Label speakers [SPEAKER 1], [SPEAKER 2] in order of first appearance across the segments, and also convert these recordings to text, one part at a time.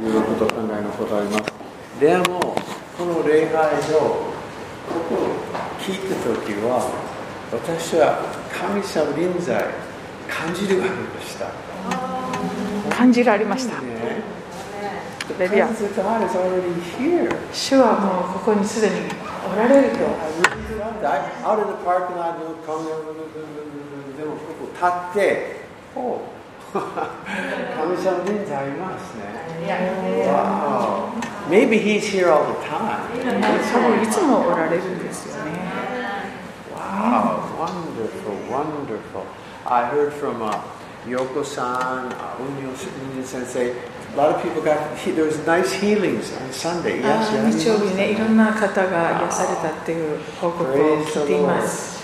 [SPEAKER 1] いうことを考えのことありますでもこの礼拝のここを聞いた時は私は神様臨在感じるわけでした、
[SPEAKER 2] 感じられました
[SPEAKER 1] ね、The
[SPEAKER 2] Maybe I-
[SPEAKER 1] presence of God is already here
[SPEAKER 2] 主はもうここにすでにおられると
[SPEAKER 1] I really love that. I- out in the parking lot, you know, come, you know, you know, you know, you know, でもここ立って、おう 神様神社ありますね。Wow. Maybe he's here all the time.
[SPEAKER 2] 多分いつもおられるんですよね
[SPEAKER 1] Wow, wonderful, wonderful. I heard from uh, Yoko-san, uh, Unyo Unyo sensei. A lot of people got he, there was nice healings on Sunday.
[SPEAKER 2] あ
[SPEAKER 1] Yes,
[SPEAKER 2] ー
[SPEAKER 1] yes.
[SPEAKER 2] 日曜日ねいろんな方が癒されたっていう報告を聞いています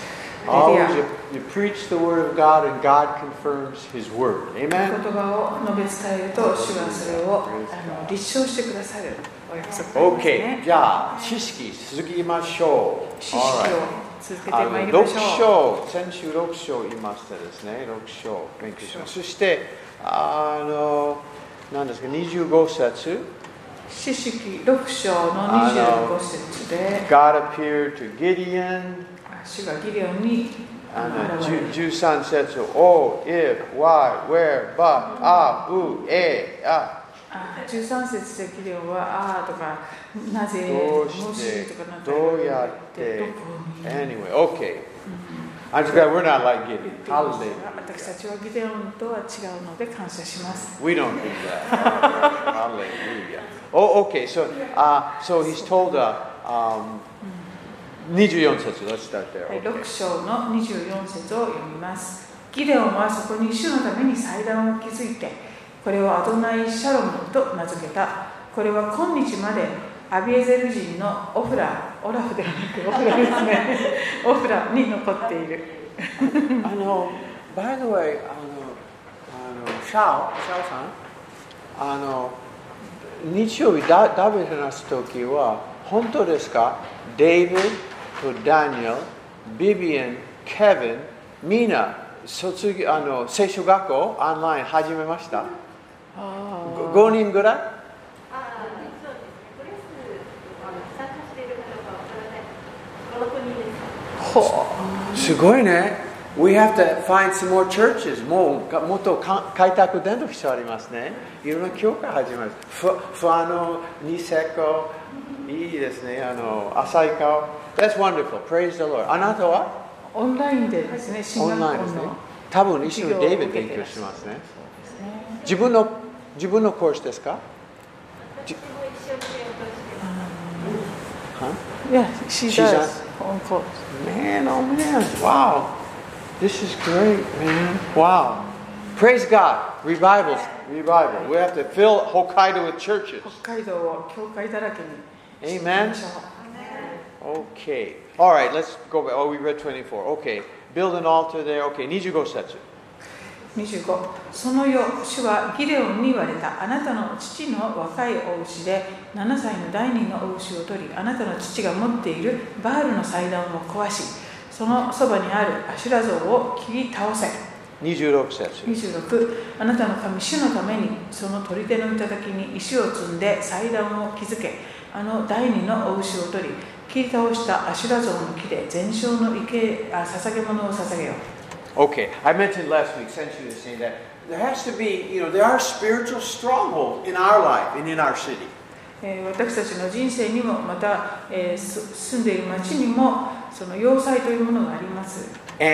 [SPEAKER 1] Always
[SPEAKER 2] レディ
[SPEAKER 1] you, you preach the word of God and God confirms his word.
[SPEAKER 2] ア
[SPEAKER 1] Amen.
[SPEAKER 2] 言葉を述べ伝えると主はそれをあの立証してくださるお約束です
[SPEAKER 1] OK、
[SPEAKER 2] ね
[SPEAKER 1] じゃあ、知識、続きましょう。
[SPEAKER 2] 知識を
[SPEAKER 1] Alright
[SPEAKER 2] 続けて
[SPEAKER 1] あ
[SPEAKER 2] まい
[SPEAKER 1] の
[SPEAKER 2] りましょう
[SPEAKER 1] 6章、先週6章言いましたですね、6章、勉強します。そして、あの、何ですか、25節、
[SPEAKER 2] 四式六章の25節で
[SPEAKER 1] God appeared to Gideon、
[SPEAKER 2] 主がギリオンに
[SPEAKER 1] あの
[SPEAKER 2] 現れる
[SPEAKER 1] 10 13節、O, Oh, if, why, where, but, a, u, e, a、
[SPEAKER 2] あ13節でギリオンは「ああ」とか「なぜ」
[SPEAKER 1] どう
[SPEAKER 2] とか
[SPEAKER 1] して
[SPEAKER 2] もし」とかなんか
[SPEAKER 1] どうやって
[SPEAKER 2] どこに
[SPEAKER 1] anyway, OK。I'm just glad we're not like Gideon.
[SPEAKER 2] 言ってい
[SPEAKER 1] Hallelujah.
[SPEAKER 2] ました私たちはギリオンとは違うので感謝します
[SPEAKER 1] We don't do that. Hallelujah. Oh, okay. So, uh, so he's told. Uh, um, 24節 Let's start there.
[SPEAKER 2] はい、6
[SPEAKER 1] Okay.
[SPEAKER 2] 章の24節を読みます。ギデオンはそこに主のために祭壇を築いて、これをアドナイ・シャロムと名付けた。これは今日までアビエゼル人のオフラ、オラフではなくオフラです ね、オフラに残っている。
[SPEAKER 1] あの、by the way, あの、あの、シャオ、シャオさん。あの、日曜日だ、ダビデ話す時は、本当ですか。デイビッドとダニエル、ビビアン、ケビン、みんな卒業、あの、聖書学校オンライン始めました。
[SPEAKER 2] あ
[SPEAKER 1] 5人ぐらい。
[SPEAKER 3] あーそうですね。クレスあの参加している方がわからない。五六人です。
[SPEAKER 1] すごいね。We have to find some more churches. もうかもっとか開拓伝道してありますね。いろんな教会始まる。ふふあの、ニセコ、いいですね。あの、浅い顔。That's wonderful. Praise the Lord. あなたは
[SPEAKER 2] オンラインでですね、進
[SPEAKER 1] オ
[SPEAKER 2] 学
[SPEAKER 1] ン
[SPEAKER 2] 校
[SPEAKER 1] ラインですね
[SPEAKER 2] の。
[SPEAKER 1] 多分一緒
[SPEAKER 2] 授業
[SPEAKER 1] に
[SPEAKER 2] を
[SPEAKER 1] デイビ
[SPEAKER 2] 受
[SPEAKER 1] ッド
[SPEAKER 2] け
[SPEAKER 1] 勉
[SPEAKER 2] て
[SPEAKER 1] 強
[SPEAKER 2] らっ
[SPEAKER 1] し
[SPEAKER 2] しゃる
[SPEAKER 1] ますね。
[SPEAKER 2] ですね。
[SPEAKER 1] 自分の、自分のコースですか
[SPEAKER 3] 私も一生懸命落して
[SPEAKER 1] は
[SPEAKER 3] ます。
[SPEAKER 1] い
[SPEAKER 2] Yeah, she
[SPEAKER 1] She
[SPEAKER 2] does.
[SPEAKER 1] does.
[SPEAKER 2] On course.
[SPEAKER 1] Man, oh man, wow. This is great, man. Wow. Praise God. Revivals. Revival. We have to fill Hokkaido with churches.
[SPEAKER 2] 北海道を教会だらけにしま
[SPEAKER 1] Amen.
[SPEAKER 2] しょう。
[SPEAKER 1] Okay. All right, let's go back. Oh, we read 24. Okay. Build an altar there. Okay, Nijugo Setsu.
[SPEAKER 2] 25その夜主はギデオンに言われたあなたの父の若いお牛で7歳の第二のお牛を取りあなたの父が持っているバールの祭壇を壊しそのそばにあるアシュラ像を切り倒せ
[SPEAKER 1] Nijugo Setsu.
[SPEAKER 2] 26あなたの神主のためにその砦の頂に石を積んで祭壇を築けあの第二のお牛を取り切り倒したアシュラ像の木で全焼の池あ捧げ物を捧げよう
[SPEAKER 1] Okay, I mentioned last week, sent you to say that there has to be, you know, there are spiritual strongholds in our life and in our city.
[SPEAKER 2] えー私たちの人生にもまた、えーす住んでいる町にもその要塞というものがあります
[SPEAKER 1] And,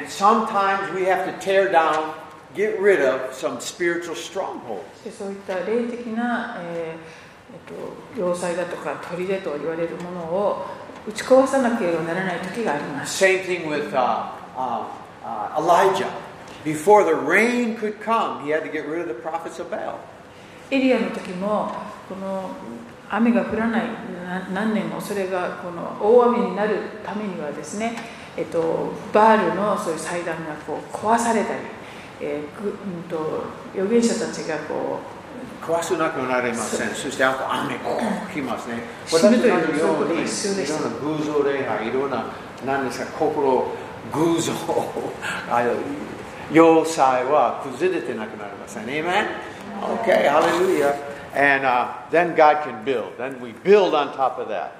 [SPEAKER 1] and sometimes we have to tear down, get rid of some spiritual strongholds.
[SPEAKER 2] でそういった霊的な、えーえっと、要塞だとか砦と言われるものを打ち壊さなければならない時があります
[SPEAKER 1] Same thing with uh, uh, uh, Elijah. Before the rain could come, he had to get rid of the prophets of Baal.
[SPEAKER 2] エリアの時もこの雨が降らないな何年もそれがこの大雨になるためにはですね、えっと、バールのそういう祭壇がこう壊されたり、えーぐうん、と預言者たちがこう
[SPEAKER 1] 壊すなくなられません。そしてあと雨が来ますね。私たちのようにいろんな偶像礼拝、いろんな何ですか心偶像あの要塞は崩れてなくなりません。Amen? Okay, hallelujah. And uh, then God can build. Then we build on top of that.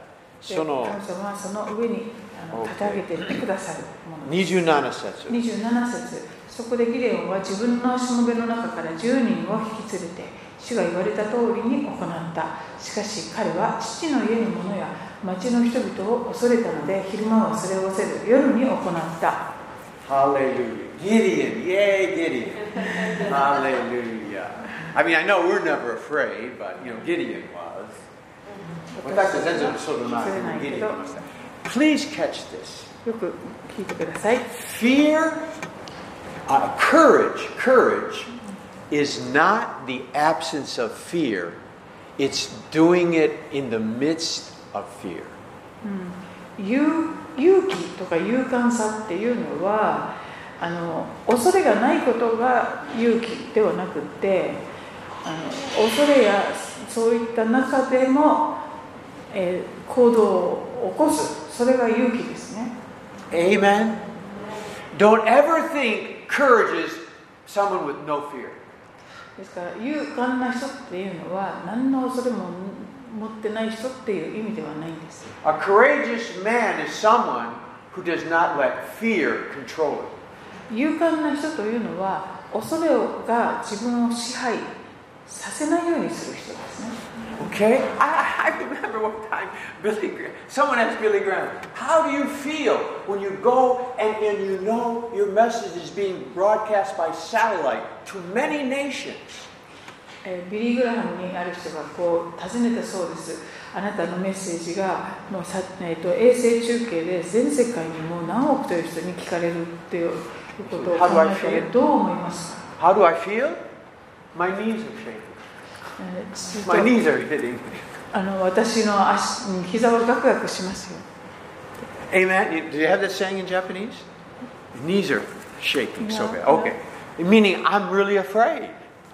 [SPEAKER 2] で
[SPEAKER 1] そ
[SPEAKER 2] 神様
[SPEAKER 1] の
[SPEAKER 2] はその上にあ
[SPEAKER 1] Okay.
[SPEAKER 2] の立て上げていってくださるもの
[SPEAKER 1] 27節。
[SPEAKER 2] 27節そこでギデオンは自分のしもべの中から10人を引き連れて主が言われた通りに行ったしかし彼は父の家の者や町の人々を恐れたので昼間はそれを恐れず夜に行った
[SPEAKER 1] Hallelujah. Gideon. Yay, Gideon. Hallelujah. I mean, I know we're never afraid, but, you know, Gideon was.
[SPEAKER 2] 私たちは恐れないけど
[SPEAKER 1] Please catch this.
[SPEAKER 2] よく聞いてください
[SPEAKER 1] Fear, uh, courage, courage is not the absence of fear, it's doing it in the midst of fear.
[SPEAKER 2] 勇勇気とか勇敢さっていうのはあの恐れがないことが勇気ではなくってあの恐れやそういった中でも、えー行動を起こすそれが勇気ですね
[SPEAKER 1] Amen. Don't ever think courage is someone with no fear.
[SPEAKER 2] ですから勇敢な人っていうのは何の恐れも持ってない人っていう意味ではないんです
[SPEAKER 1] A courageous man is someone who does not let fear control him.
[SPEAKER 2] 勇敢な人というのは恐れが自分を支配させないようにする人ですね
[SPEAKER 1] Okay? I, I remember one time Billy Graham, someone asked Billy Graham, how do you feel when you go and, and you know your message is being broadcast by satellite to many nations?
[SPEAKER 2] えービリー・グラハムにある人がこう尋ねたそうですあなたのメッセージがもうさ、えー、と衛星中継で全世界にもう何億という人に聞かれるっていうことを考
[SPEAKER 1] How do I
[SPEAKER 2] えた
[SPEAKER 1] feel?
[SPEAKER 2] らどう思いますか、
[SPEAKER 1] How do I feel? My knees are shaking.
[SPEAKER 2] えーする
[SPEAKER 1] My
[SPEAKER 2] と
[SPEAKER 1] knees are hitting.
[SPEAKER 2] あの私の足うん膝をガクガクしますよ
[SPEAKER 1] Amen. You- Do you have that saying in Japanese? Knees are shaking so
[SPEAKER 2] No,
[SPEAKER 1] bad.
[SPEAKER 2] no.
[SPEAKER 1] Okay. Meaning I'm really afraid.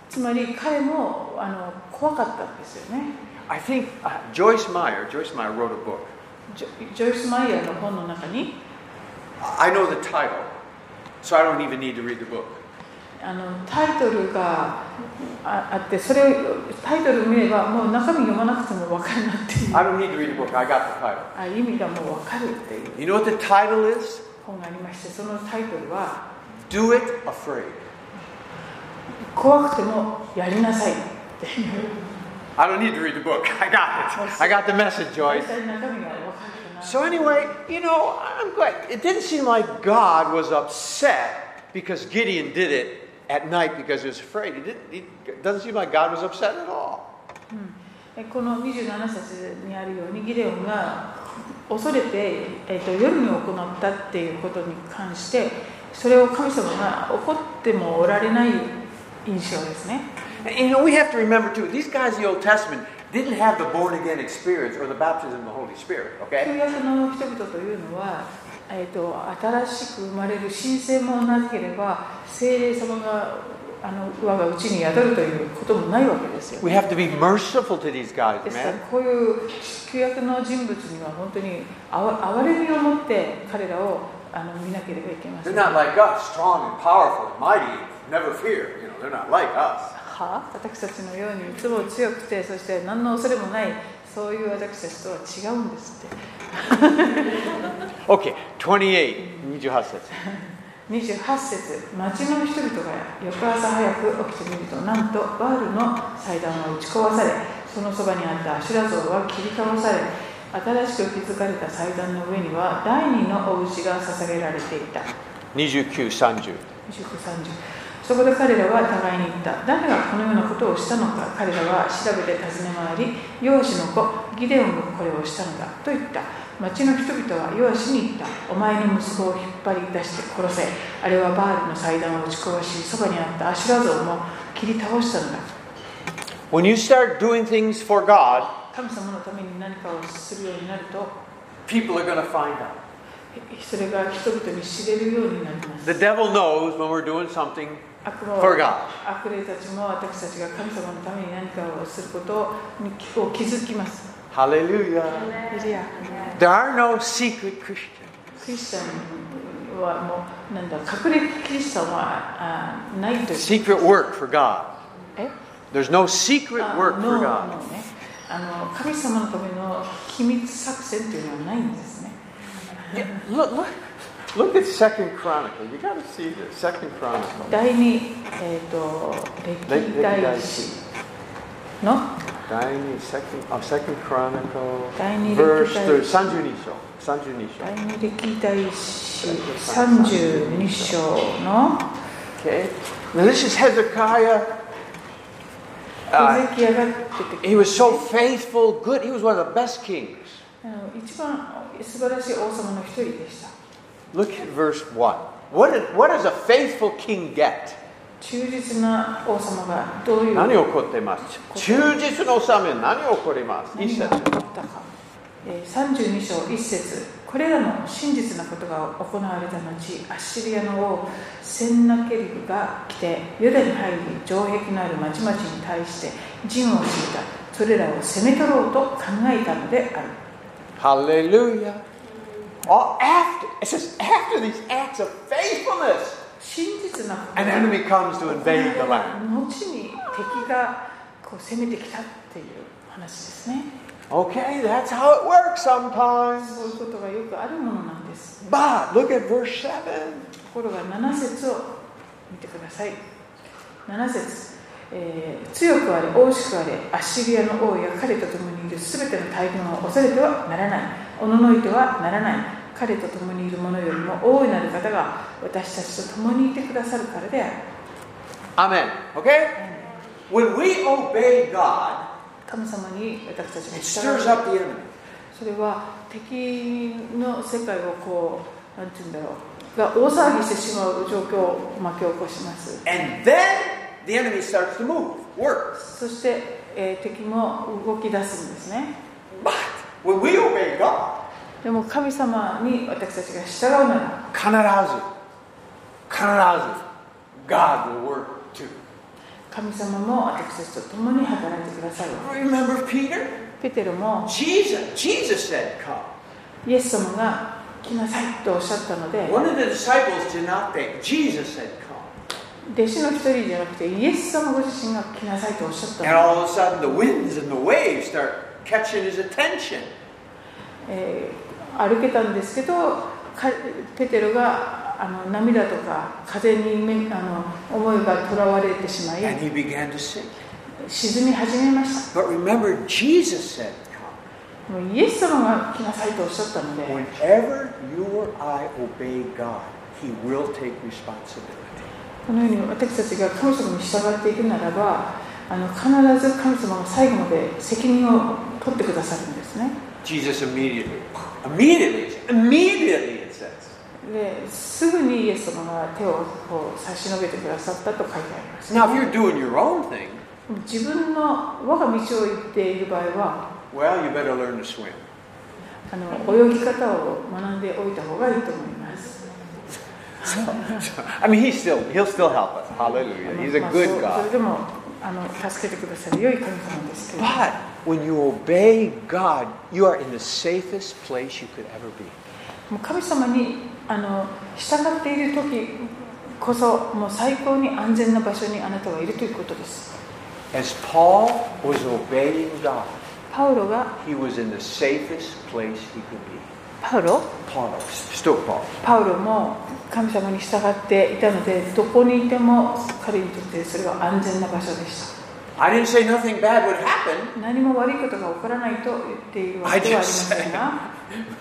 [SPEAKER 2] つまり彼もあの怖かったんですよね
[SPEAKER 1] I think uh, Joyce Meyer, Joyce Meyer wrote a book.
[SPEAKER 2] ジョジョイス・マイヤーの本の中に
[SPEAKER 1] I know the title, so I don't even need to read the book.
[SPEAKER 2] あのタイトルがああってそれをタイトル見ればもう中身読まなくても分かるなっていう
[SPEAKER 1] I don't need to read the book. I got the title.
[SPEAKER 2] あ意味がもう分かるっていう
[SPEAKER 1] You know what the title is?
[SPEAKER 2] 本がありましてそのタイトルは
[SPEAKER 1] Do it afraid.
[SPEAKER 2] 「怖くてもやりなさい」っていう
[SPEAKER 1] I don't need to read the book. I got it. I got the message,
[SPEAKER 2] 大
[SPEAKER 1] Joyce.
[SPEAKER 2] 体中身が分かるかな
[SPEAKER 1] So anyway, you know, I'm glad. It didn't seem like God was upset because Gideon did it at night because he was afraid. It, didn't, it doesn't seem like God was upset at all.
[SPEAKER 2] えこの27節にあるようにギデオンが恐れて、えっと夜に行ったっていうことに関してそれを神様が怒ってもおられない印象ですね
[SPEAKER 1] And, you know, we have to remember too. These guys in the Old Testament didn't have the born again experience or the baptism of the Holy Spirit.
[SPEAKER 2] 旧
[SPEAKER 1] Okay.
[SPEAKER 2] 約の人々というのは、えー、と新しく生まれる新生もなければ精霊様があの我が家に宿るということもないわけですよ。
[SPEAKER 1] We have to be merciful to these guys,
[SPEAKER 2] ですから
[SPEAKER 1] man.
[SPEAKER 2] こういう旧約の人物には本当にあわ哀れみを持って彼らをあの見なければいけませ
[SPEAKER 1] They're
[SPEAKER 2] ん。
[SPEAKER 1] not like us, strong and powerful and mighty, never fear. You know, they're not like us.
[SPEAKER 2] はあ私たちのようにいつも強くてそして何の恐れもないそういう私たちとは違うんですって。
[SPEAKER 1] Okay, 28, 28節。
[SPEAKER 2] 28節町の人々が翌朝早く起きてみるとなんとバールの祭壇は打ち壊されそのそばにあったアシュラ像は切り倒され新しく築かれた祭壇の上には第二のお家が捧げられていた
[SPEAKER 1] 29、30。
[SPEAKER 2] 29 30そこで彼らは互いに言った誰がこのようなことをしたのか彼らは調べて尋ね回りヨアシの子ギデオンがこれをしたのだと言った町の人々はヨアシに言ったお前の息子を引っ張り出して殺せあれはバールの祭壇を打ち壊しそばにあったアシュラ像も切り倒したのだ
[SPEAKER 1] When you start doing things for God,
[SPEAKER 2] 神様のために何かをするようになると
[SPEAKER 1] people are going to find out.
[SPEAKER 2] それが人々に知れるようになります
[SPEAKER 1] The devil knows when we're doing something
[SPEAKER 2] 悪魔は
[SPEAKER 1] for God.
[SPEAKER 2] 悪霊たちも私たちが神様のために何かをすることにを気づきます。
[SPEAKER 1] Hallelujah.
[SPEAKER 2] いや
[SPEAKER 1] There are no secret Christians.
[SPEAKER 2] クリスチャンはもうなんだ隠れクリスチャンはあないという
[SPEAKER 1] Secret work for God.
[SPEAKER 2] え
[SPEAKER 1] There's no secret
[SPEAKER 2] あ
[SPEAKER 1] work for
[SPEAKER 2] ノー
[SPEAKER 1] God.
[SPEAKER 2] のねあの神様のための秘密作戦っていうのはないんですね
[SPEAKER 1] Yeah, look, look, look at Second Chronicle. You got to see this. Second Chronicle.
[SPEAKER 2] 第二、えー、と歴代史の
[SPEAKER 1] Dining second, oh, second Chronicle.
[SPEAKER 2] Dining
[SPEAKER 1] verse 30,
[SPEAKER 2] Chronicle.
[SPEAKER 1] 32章。32
[SPEAKER 2] 第
[SPEAKER 1] 章。
[SPEAKER 2] 二歴代史32章の
[SPEAKER 1] Okay. Now this is Hezekiah.
[SPEAKER 2] ヘ
[SPEAKER 1] Uh,
[SPEAKER 2] ゼキヤが出てき
[SPEAKER 1] he was so faithful, good. He was one of the best kings.
[SPEAKER 2] あの一番素晴らしい王様の一人でした
[SPEAKER 1] Look at verse 1. What, did- what does a faithful king get?
[SPEAKER 2] 忠実な王様がどういう
[SPEAKER 1] 何
[SPEAKER 2] 何
[SPEAKER 1] 起こってます忠実のため何起こります一
[SPEAKER 2] が
[SPEAKER 1] 節
[SPEAKER 2] 起こったかえー32章1節これらの真実なことが行われた後アッシリアの王センナケリブが来てユダに入り城壁のある町々に対して陣を敷いたそれらを攻め取ろうと考えたのである
[SPEAKER 1] Hallelujah. All after, it says after these acts of faithfulness,
[SPEAKER 2] 真実なこと
[SPEAKER 1] an
[SPEAKER 2] が
[SPEAKER 1] enemy comes to invade the land.
[SPEAKER 2] 後に敵がこう攻めてきたっていう話ですね
[SPEAKER 1] Okay, that's how it works sometimes.
[SPEAKER 2] そういうことがよくあるものなんです
[SPEAKER 1] But look at verse 7.
[SPEAKER 2] ところが7節を見てください7節、えー強くあれ大しくあれアッシリアの王や彼と共にいる全ての大軍を恐れてはならないおののいてはならない彼と共にいる者よりも大いなる方が私たちと共にいてくださるからである
[SPEAKER 1] Amen. Okay? When we obey God,
[SPEAKER 2] 神様に私たち
[SPEAKER 1] it
[SPEAKER 2] が
[SPEAKER 1] stirs
[SPEAKER 2] 従う
[SPEAKER 1] up the enemy.
[SPEAKER 2] それは敵の世界をこうなんて言うんだろうが大騒ぎしてしまう状況を巻き起こします
[SPEAKER 1] And then the enemy starts to move, work.
[SPEAKER 2] そして、えー敵も動き出すんですね
[SPEAKER 1] But when we obey God,
[SPEAKER 2] でも神様に私たちが従うなら
[SPEAKER 1] kanarazu, kanarazu, God will work too.
[SPEAKER 2] 神様も私たちと共に働いてくださる
[SPEAKER 1] Remember Peter?
[SPEAKER 2] ペテロも
[SPEAKER 1] Jesus, Jesus said, come.
[SPEAKER 2] イエス様が来なさいとおっしゃったので
[SPEAKER 1] One of the disciples did not think. Jesus said, come.
[SPEAKER 2] 弟子の一人じゃなくてイエス様ご自身が来なさいとおっしゃった
[SPEAKER 1] And
[SPEAKER 2] の
[SPEAKER 1] all of a sudden the winds and the waves start catching his attention.
[SPEAKER 2] えー歩けたんですけどかペテロがあの涙とか風にめあの思いがとらわれてしま
[SPEAKER 1] And
[SPEAKER 2] い
[SPEAKER 1] he began to sink.
[SPEAKER 2] 沈み始めまし
[SPEAKER 1] But remember, Jesus said, come.
[SPEAKER 2] たもうイエス様が来なさいとおっしゃったので
[SPEAKER 1] Whenever you or I obey God, He will take responsibility.
[SPEAKER 2] このように私たちが神様に従っていくならばあの必ず神様が最後まで責任を取ってくださるんですね
[SPEAKER 1] Jesus immediately, immediately, immediately it says.
[SPEAKER 2] ですぐにイエス様が手をこう差し伸べてくださったと書いてあります、
[SPEAKER 1] Now, if you're doing your own thing,
[SPEAKER 2] 自分の我が道を行っている場合は
[SPEAKER 1] well, you better learn to swim.
[SPEAKER 2] あの泳ぎ方を学んでおいた方がいいと思います。
[SPEAKER 1] I mean, He still He'll still help us. Hallelujah.
[SPEAKER 2] あの
[SPEAKER 1] He's a
[SPEAKER 2] まあ
[SPEAKER 1] good
[SPEAKER 2] そうそれ
[SPEAKER 1] God.
[SPEAKER 2] でもあの助けてくださる良い神様ですけど、
[SPEAKER 1] But when you obey God, you are in the safest place you could ever be.
[SPEAKER 2] もう神様にあの従っている時こそもう最高に安全な場所にあなたはいるということです。
[SPEAKER 1] As Paul was obeying God,
[SPEAKER 2] パウロが
[SPEAKER 1] he was in the safest place he could be.
[SPEAKER 2] パウロ
[SPEAKER 1] Paul, still Paul.
[SPEAKER 2] パウロも神様に従っていたのでどこにいても彼にとってそれは安全な場所でし
[SPEAKER 1] I didn't say nothing bad would happen.
[SPEAKER 2] た何も悪いことが起こらないと言っているわけではありませんが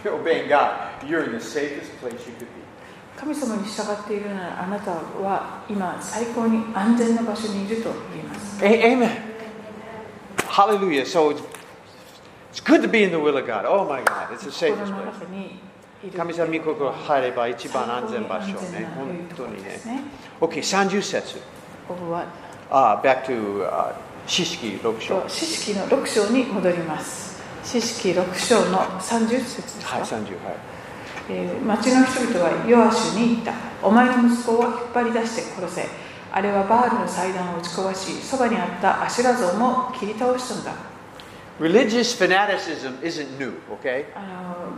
[SPEAKER 1] If You're obeying God. You're in the safest place you could be.
[SPEAKER 2] 神様に従っているならあなたは今最高に安全な場所にいると言えます
[SPEAKER 1] amen. Hallelujah. So it's, it's good to be in the will of God. Oh my God, it's the
[SPEAKER 2] 心
[SPEAKER 1] safest
[SPEAKER 2] の
[SPEAKER 1] place.
[SPEAKER 2] 中にいる
[SPEAKER 1] 神様御心入れば一番安全場所ね。本当にね。
[SPEAKER 2] ね
[SPEAKER 1] OK、30節。
[SPEAKER 2] ここは
[SPEAKER 1] Uh, back to uh, 四式六章。
[SPEAKER 2] と
[SPEAKER 1] はい、
[SPEAKER 2] 四式の6章に戻ります四式6章の30節ですか、
[SPEAKER 1] 30、はい。
[SPEAKER 2] えー町の人々はヨアシュに言ったお前の息子を引っ張り出して殺せあれはバールの祭壇を打ち壊しそばにあったアシュラ像も切り倒したのだ
[SPEAKER 1] Religious fanaticism isn't new, okay?
[SPEAKER 2] あの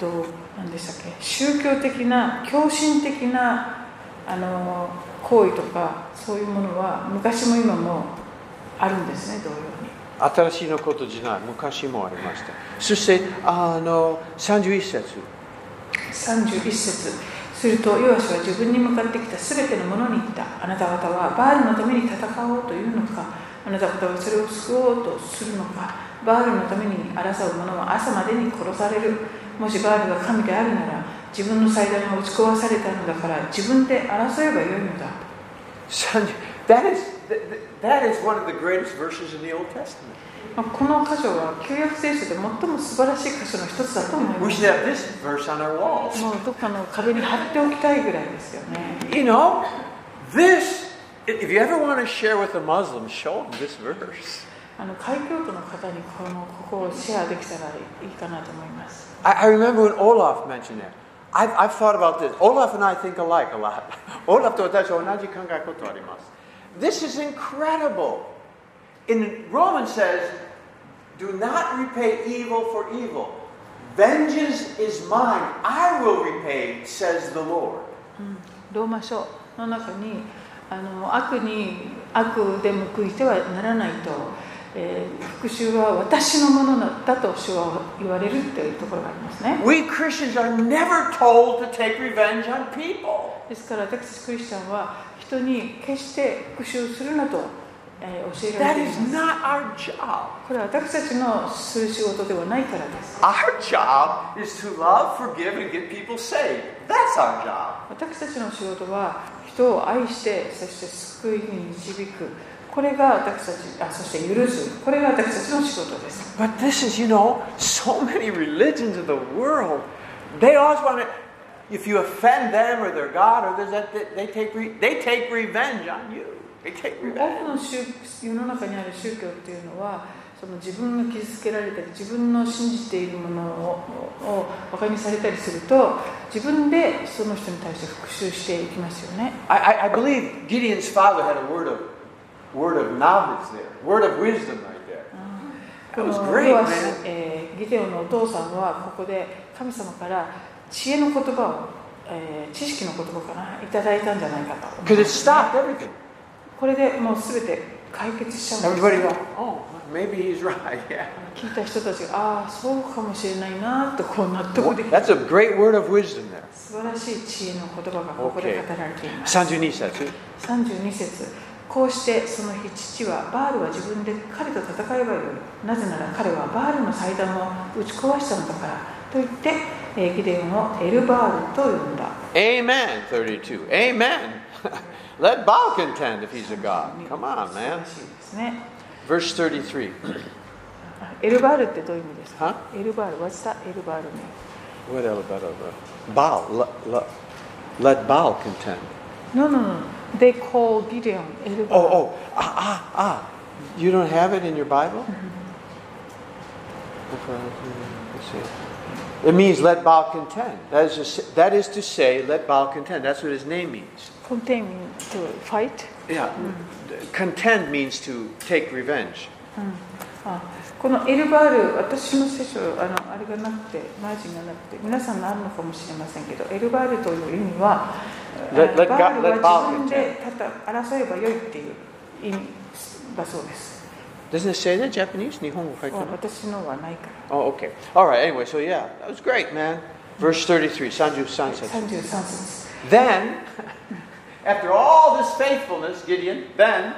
[SPEAKER 2] どうなんでしたっけ宗教的な狂信的なあの行為とかそういうものは昔も今もあるんですね同様に
[SPEAKER 1] 新しいのことじゃない昔もありましたそしてあの31節
[SPEAKER 2] 31節するとヨアシは自分に向かってきた全てのものに言ったあなた方はバールのために戦おうというのかあなた方はそれを救おうとするのかバールのために争う者は朝までに殺されるもしバールが神であるなら自分の祭壇が打ち壊されたのだから自分で争えばよいのだ
[SPEAKER 1] that is, that is one of the greatest verses in the Old Testament
[SPEAKER 2] まあこの箇所は旧約聖書で最も素晴らしい箇所の一つだと思いま
[SPEAKER 1] we
[SPEAKER 2] す
[SPEAKER 1] should have this verse on our walls
[SPEAKER 2] もうどっかの壁に貼っておきたいぐらいですよね
[SPEAKER 1] you know this if you ever want to share with a Muslim show them this verse
[SPEAKER 2] あの開教徒の方にこのここをシェアできたらいいかなと思います
[SPEAKER 1] I, I remember when Olaf mentioned it. I've, I've thought about this. Olaf and I think alike a lot. Olaf と私は同じ考えことあります. This is incredible. In Romans says, do not repay evil for evil. Vengeance is mine. I will repay, says the Lord.
[SPEAKER 2] ローマ書の中にあの悪に悪で報いてはならないと、えー復讐は私のものだと主は言われるというところがありますね
[SPEAKER 1] We Christians are never told to take revenge on people.
[SPEAKER 2] ですから私たちクリスチャンは人に決して復讐するなと、えー教えら
[SPEAKER 1] That
[SPEAKER 2] れてい
[SPEAKER 1] is
[SPEAKER 2] ます
[SPEAKER 1] not our job.
[SPEAKER 2] これは私たちのする仕事ではないからです
[SPEAKER 1] Our job is to love, forgive, and get people saved. That's our job.
[SPEAKER 2] 私たちの仕事は人を愛してそして救いに導くこれが私たちあそして許すこれが私たちの仕事です
[SPEAKER 1] But this is, you know, so many religions of the world, they always want to, if you offend them or their God or this, that, that they, take re, they take revenge on you. They take
[SPEAKER 2] 多く
[SPEAKER 1] revenge.
[SPEAKER 2] の宗世の中にある宗教っていうのはその自分が傷つけられたり自分の信じているものををバカにされたりすると自分でその人に対して復讐していきますよね
[SPEAKER 1] I, I, I believe Gideon's father had a word of, word of knowledge there, word of wisdom right there.
[SPEAKER 2] こ
[SPEAKER 1] That
[SPEAKER 2] の
[SPEAKER 1] was great,
[SPEAKER 2] ヨアシ
[SPEAKER 1] man.
[SPEAKER 2] えーギデオンのお父さんはここで神様から知恵の言葉を、えー知識の言葉かないただいたんじゃないかと思いま
[SPEAKER 1] Because
[SPEAKER 2] す
[SPEAKER 1] it stopped everything.
[SPEAKER 2] これでもう全て解決しちゃうんです
[SPEAKER 1] Everybody went, oh, maybe he's right, yeah.
[SPEAKER 2] 聞いた人たちがああそうかもしれないなとこう納得できた
[SPEAKER 1] That's a great word of wisdom there.
[SPEAKER 2] 素晴らしい知恵の言葉がここで語られています
[SPEAKER 1] 32節
[SPEAKER 2] 32節こうしてその日父はバールは自分で彼と戦えばよいなぜなら彼はバールの祭壇を打ち壊したのだからと言ってえーギデオンをエルバールと呼んだ
[SPEAKER 1] Amen, 32. Amen. Let Baal contend if he's a god. Come on,
[SPEAKER 2] 素晴
[SPEAKER 1] man.
[SPEAKER 2] らしいですね
[SPEAKER 1] Verse 33.
[SPEAKER 2] あエルバールってどういう意味ですか
[SPEAKER 1] Huh?
[SPEAKER 2] エルバール What's that エルバール mean?
[SPEAKER 1] What else about that? Baal. Let, let, let Baal contend.
[SPEAKER 2] No, no, no. They call Gideon エルバール
[SPEAKER 1] Oh, oh. Ah, ah, ah. You don't have it in your Bible? Let's see. It means let Baal contend. That is, to say, that is to say, let Baal contend. That's what his name means.
[SPEAKER 2] contain to fight
[SPEAKER 1] Yeah. Contend means to take revenge.
[SPEAKER 2] あこのエルバール私の聖書あのあれがなくてマージンがなくて皆さんのあるのかもしれませんけどエルバールという意味は
[SPEAKER 1] Let- let
[SPEAKER 2] バール
[SPEAKER 1] God- let Baal
[SPEAKER 2] は自分でたた争えばよいっていう意味だそうです
[SPEAKER 1] Doesn't it say that Japanese? 日本語書いてない？
[SPEAKER 2] 私のはないから
[SPEAKER 1] Oh, okay. All right, anyway, so yeah, that was great, man. Verse 33, Sanju Sansa.
[SPEAKER 2] 33節
[SPEAKER 1] Then, after all this faithfulness, Gideon, then,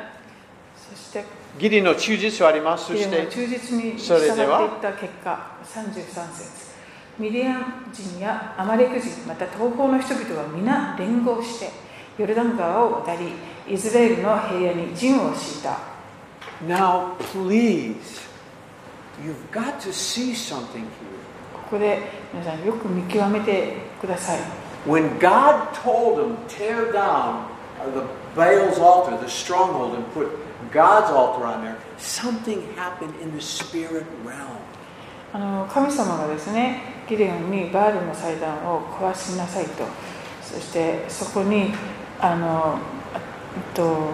[SPEAKER 2] そして
[SPEAKER 1] ギディオンの忠実はありますそ
[SPEAKER 2] ギ
[SPEAKER 1] し
[SPEAKER 2] デオンが
[SPEAKER 1] て
[SPEAKER 2] 忠実に
[SPEAKER 1] そ
[SPEAKER 2] 従っ
[SPEAKER 1] れ
[SPEAKER 2] てい
[SPEAKER 1] で
[SPEAKER 2] っ
[SPEAKER 1] は
[SPEAKER 2] た結果33節ミディアン人やアマレク人また東方の人々は皆連合してヨルダン川を渡りイスラエルの平野に陣を敷いた
[SPEAKER 1] Now, please, you've got to see something here.
[SPEAKER 2] ここで皆さんよく見極めてください
[SPEAKER 1] When God told them, tear down uh, the Baal's altar, the stronghold, and put God's altar on there, something happened in the spirit realm.
[SPEAKER 2] あの神様がですねギデオンにバールの祭壇を壊しなさいとそしてそこにあのえっと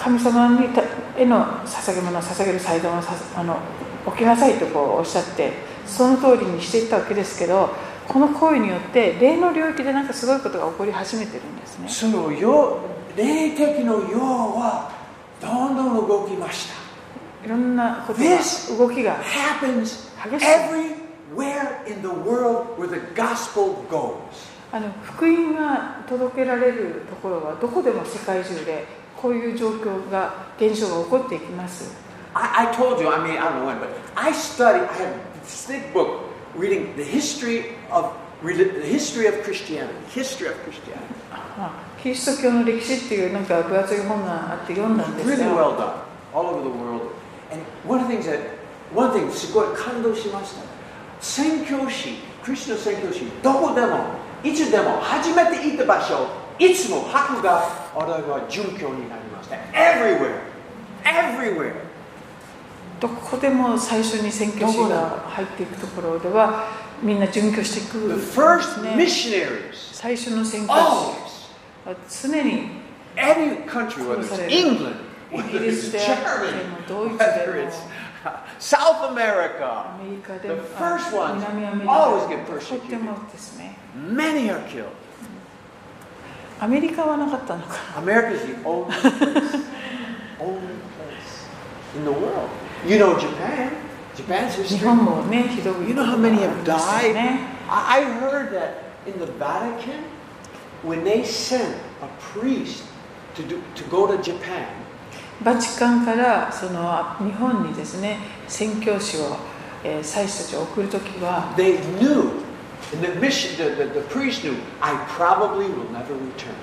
[SPEAKER 2] 神様にたへの捧げ物を捧げる祭壇をさあの置きなさいとこうおっしゃってその通りにしていったわけですけどこの行為によって霊の領域でなんかすごいことが起こり始めてるんですね
[SPEAKER 1] その世霊的の世はどんどん動きました。
[SPEAKER 2] いろんなことが
[SPEAKER 1] This-
[SPEAKER 2] 動きが
[SPEAKER 1] happens
[SPEAKER 2] 激しい
[SPEAKER 1] everywhere in the world where the gospel goes.
[SPEAKER 2] あの福音が届けられるところはどこでも世界中でこういう状況が現象が起こっていきます
[SPEAKER 1] I, I told you, I mean, I don't know when, but I study, I have this big book reading the history of reli- the history of Christianity, history of Christianity.
[SPEAKER 2] まあキリスト教の歴史っていうなんか分厚い本があって読んだんです
[SPEAKER 1] Really
[SPEAKER 2] が
[SPEAKER 1] well done, all over the world. And one of the things that, one thing, すごい感動しました。宣教師、クリスチャン宣教師、どこでも、いつでも、初めて行った場所、いつも白が、我々は殉教になりました。Everywhere! Everywhere!
[SPEAKER 2] どこでも最初に宣教師が入っていくところではみんな準拠していく
[SPEAKER 1] The first
[SPEAKER 2] ね
[SPEAKER 1] missionaries,
[SPEAKER 2] 最初の宣教
[SPEAKER 1] always,
[SPEAKER 2] 師は常に
[SPEAKER 1] any country, whether it's England,
[SPEAKER 2] イギ
[SPEAKER 1] whether
[SPEAKER 2] リ
[SPEAKER 1] it's
[SPEAKER 2] スであって
[SPEAKER 1] Germany,
[SPEAKER 2] もドイツで
[SPEAKER 1] whether
[SPEAKER 2] も
[SPEAKER 1] it's South America,
[SPEAKER 2] アメリカでも
[SPEAKER 1] The
[SPEAKER 2] あ
[SPEAKER 1] first ones
[SPEAKER 2] 南アメリ
[SPEAKER 1] always
[SPEAKER 2] カ
[SPEAKER 1] get
[SPEAKER 2] でも
[SPEAKER 1] persecuted.
[SPEAKER 2] とってもですね
[SPEAKER 1] many are killed.
[SPEAKER 2] アメリカはなかったのか
[SPEAKER 1] America is the only place, only place in the world. You know Japan. Japan's
[SPEAKER 2] 日
[SPEAKER 1] history.
[SPEAKER 2] 本もねひどい
[SPEAKER 1] You know how many have
[SPEAKER 2] ことがあり
[SPEAKER 1] died?
[SPEAKER 2] ましたよね
[SPEAKER 1] I I heard that in the Vatican, when they sent a priest to, do, to go to Japan,
[SPEAKER 2] バチカンからその日本にですね宣教師を、えー祭司たちを送るときは
[SPEAKER 1] they knew, and the, mission, the, the, the priest knew, I probably will never return.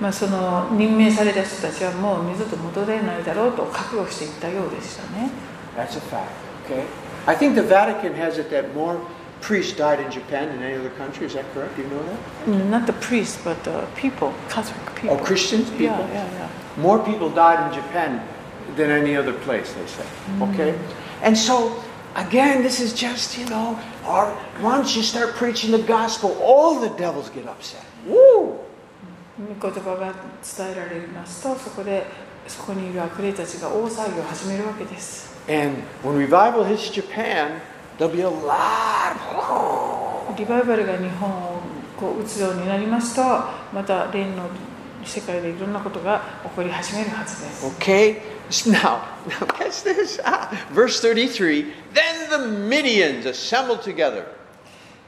[SPEAKER 2] まあ、その任命された人たちはもう二度と戻れないだろうと覚悟していったようでしたね
[SPEAKER 1] That's a fact, okay? I think the Vatican has it that more priests died in Japan than any other country. Is that correct? Do you know that?
[SPEAKER 2] Mm, Not the priest, but the people, Catholic people.
[SPEAKER 1] Oh, Christian people?
[SPEAKER 2] Yeah, yeah,
[SPEAKER 1] More people died in Japan than any other place, they say.
[SPEAKER 2] Mm.
[SPEAKER 1] Okay? And so, again, this is just, you know, our, once you start preaching the gospel, all the devils get upset. Woo!
[SPEAKER 2] yeah. 御言葉が伝えられますと、そこで、そこにいる悪霊たちが大騒ぎを始めるわけです。
[SPEAKER 1] And when revival hits Japan, there'll be a lot of.
[SPEAKER 2] リバイバルが日本をこう打つようになりますと、また霊の世界でいろんなことが起こり始めるはずです。
[SPEAKER 1] Okay? Now, now catch this. Ah, verse 33 Then the Midians assembled together.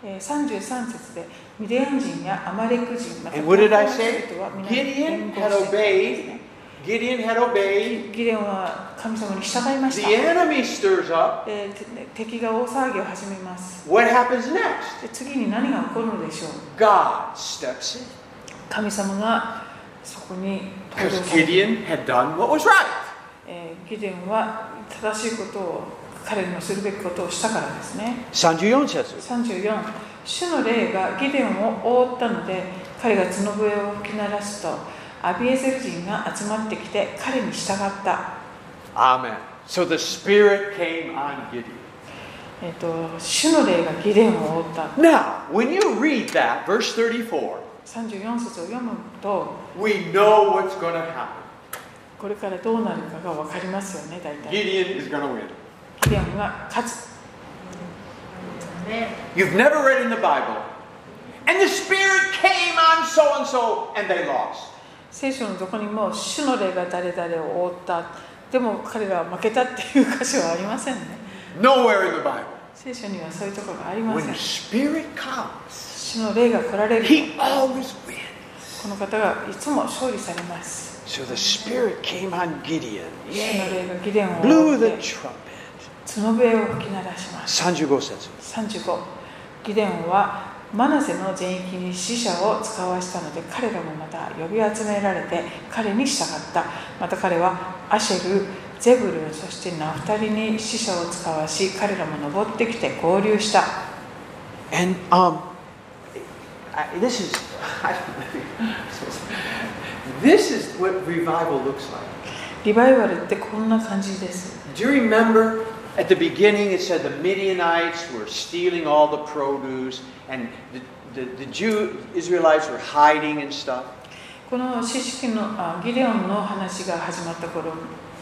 [SPEAKER 2] えー33節で、ミディアン人やアマレク人、また
[SPEAKER 1] And what did I
[SPEAKER 2] パレ
[SPEAKER 1] say?
[SPEAKER 2] ス人は皆
[SPEAKER 1] Gideon
[SPEAKER 2] 連
[SPEAKER 1] had
[SPEAKER 2] 合していたんです
[SPEAKER 1] obeyed.
[SPEAKER 2] ね
[SPEAKER 1] Gideon had obeyed.
[SPEAKER 2] ギデオンは神様に従いまし
[SPEAKER 1] The
[SPEAKER 2] た。
[SPEAKER 1] enemy stirs up.
[SPEAKER 2] えーて敵が大騒ぎを始めます
[SPEAKER 1] What happens next?
[SPEAKER 2] で次に何が起こるのでしょう
[SPEAKER 1] God steps in.
[SPEAKER 2] 神様がそこに登
[SPEAKER 1] Because
[SPEAKER 2] 場される
[SPEAKER 1] Gideon had done what was right.
[SPEAKER 2] えーギデオンは正しいことを彼のするべきことをしたからですね
[SPEAKER 1] 34節
[SPEAKER 2] 34主の霊がギデオンを覆ったので彼が角笛を吹き鳴らすとアビエゼル人が集まってきて彼に従った、
[SPEAKER 1] Amen. So the Spirit came on Gideon.
[SPEAKER 2] えー、と主の霊がギデオンを覆った
[SPEAKER 1] Now, when you read that, verse 34,
[SPEAKER 2] 34節を読むと
[SPEAKER 1] we know what's going to happen.
[SPEAKER 2] これからどうなるかが分かりますよね大体ギ
[SPEAKER 1] Gideon is going to win.
[SPEAKER 2] デオンが勝つ
[SPEAKER 1] You've never read in the Bible. And the Spirit came on so and so, and they lost.
[SPEAKER 2] 聖書のどこにも主の霊が誰々を覆ったでも彼らは負けたっていう箇所はありませんね
[SPEAKER 1] Nowhere in the Bible.
[SPEAKER 2] 聖書にはそういうところがありま
[SPEAKER 1] When
[SPEAKER 2] せ
[SPEAKER 1] the
[SPEAKER 2] ん
[SPEAKER 1] Spirit comes,
[SPEAKER 2] 主の霊が来られる
[SPEAKER 1] He always wins.
[SPEAKER 2] この方がいつも勝利されます
[SPEAKER 1] So the Spirit came on Gideon.
[SPEAKER 2] 主の霊がギデオンを
[SPEAKER 1] Blew
[SPEAKER 2] 覆
[SPEAKER 1] the
[SPEAKER 2] って
[SPEAKER 1] trumpet.
[SPEAKER 2] 角笛を吹き鳴らします
[SPEAKER 1] 35節。
[SPEAKER 2] 35ギデオンはマナセの全域に死者を使わしたので彼らもまた呼び集められて彼に従ったまた彼はアシェルゼブルンそしてナフタリに死者を使わし彼らも登ってきて合流した
[SPEAKER 1] And um, I, this is I don't know. this is what revival looks like.
[SPEAKER 2] リバイバルってこんな感じです
[SPEAKER 1] Do you remember at the beginning it said the Midianites were stealing all the produce and the, the, the Jew Israelites were hiding and stuff.
[SPEAKER 2] この四式のあギデオンの話が始まった頃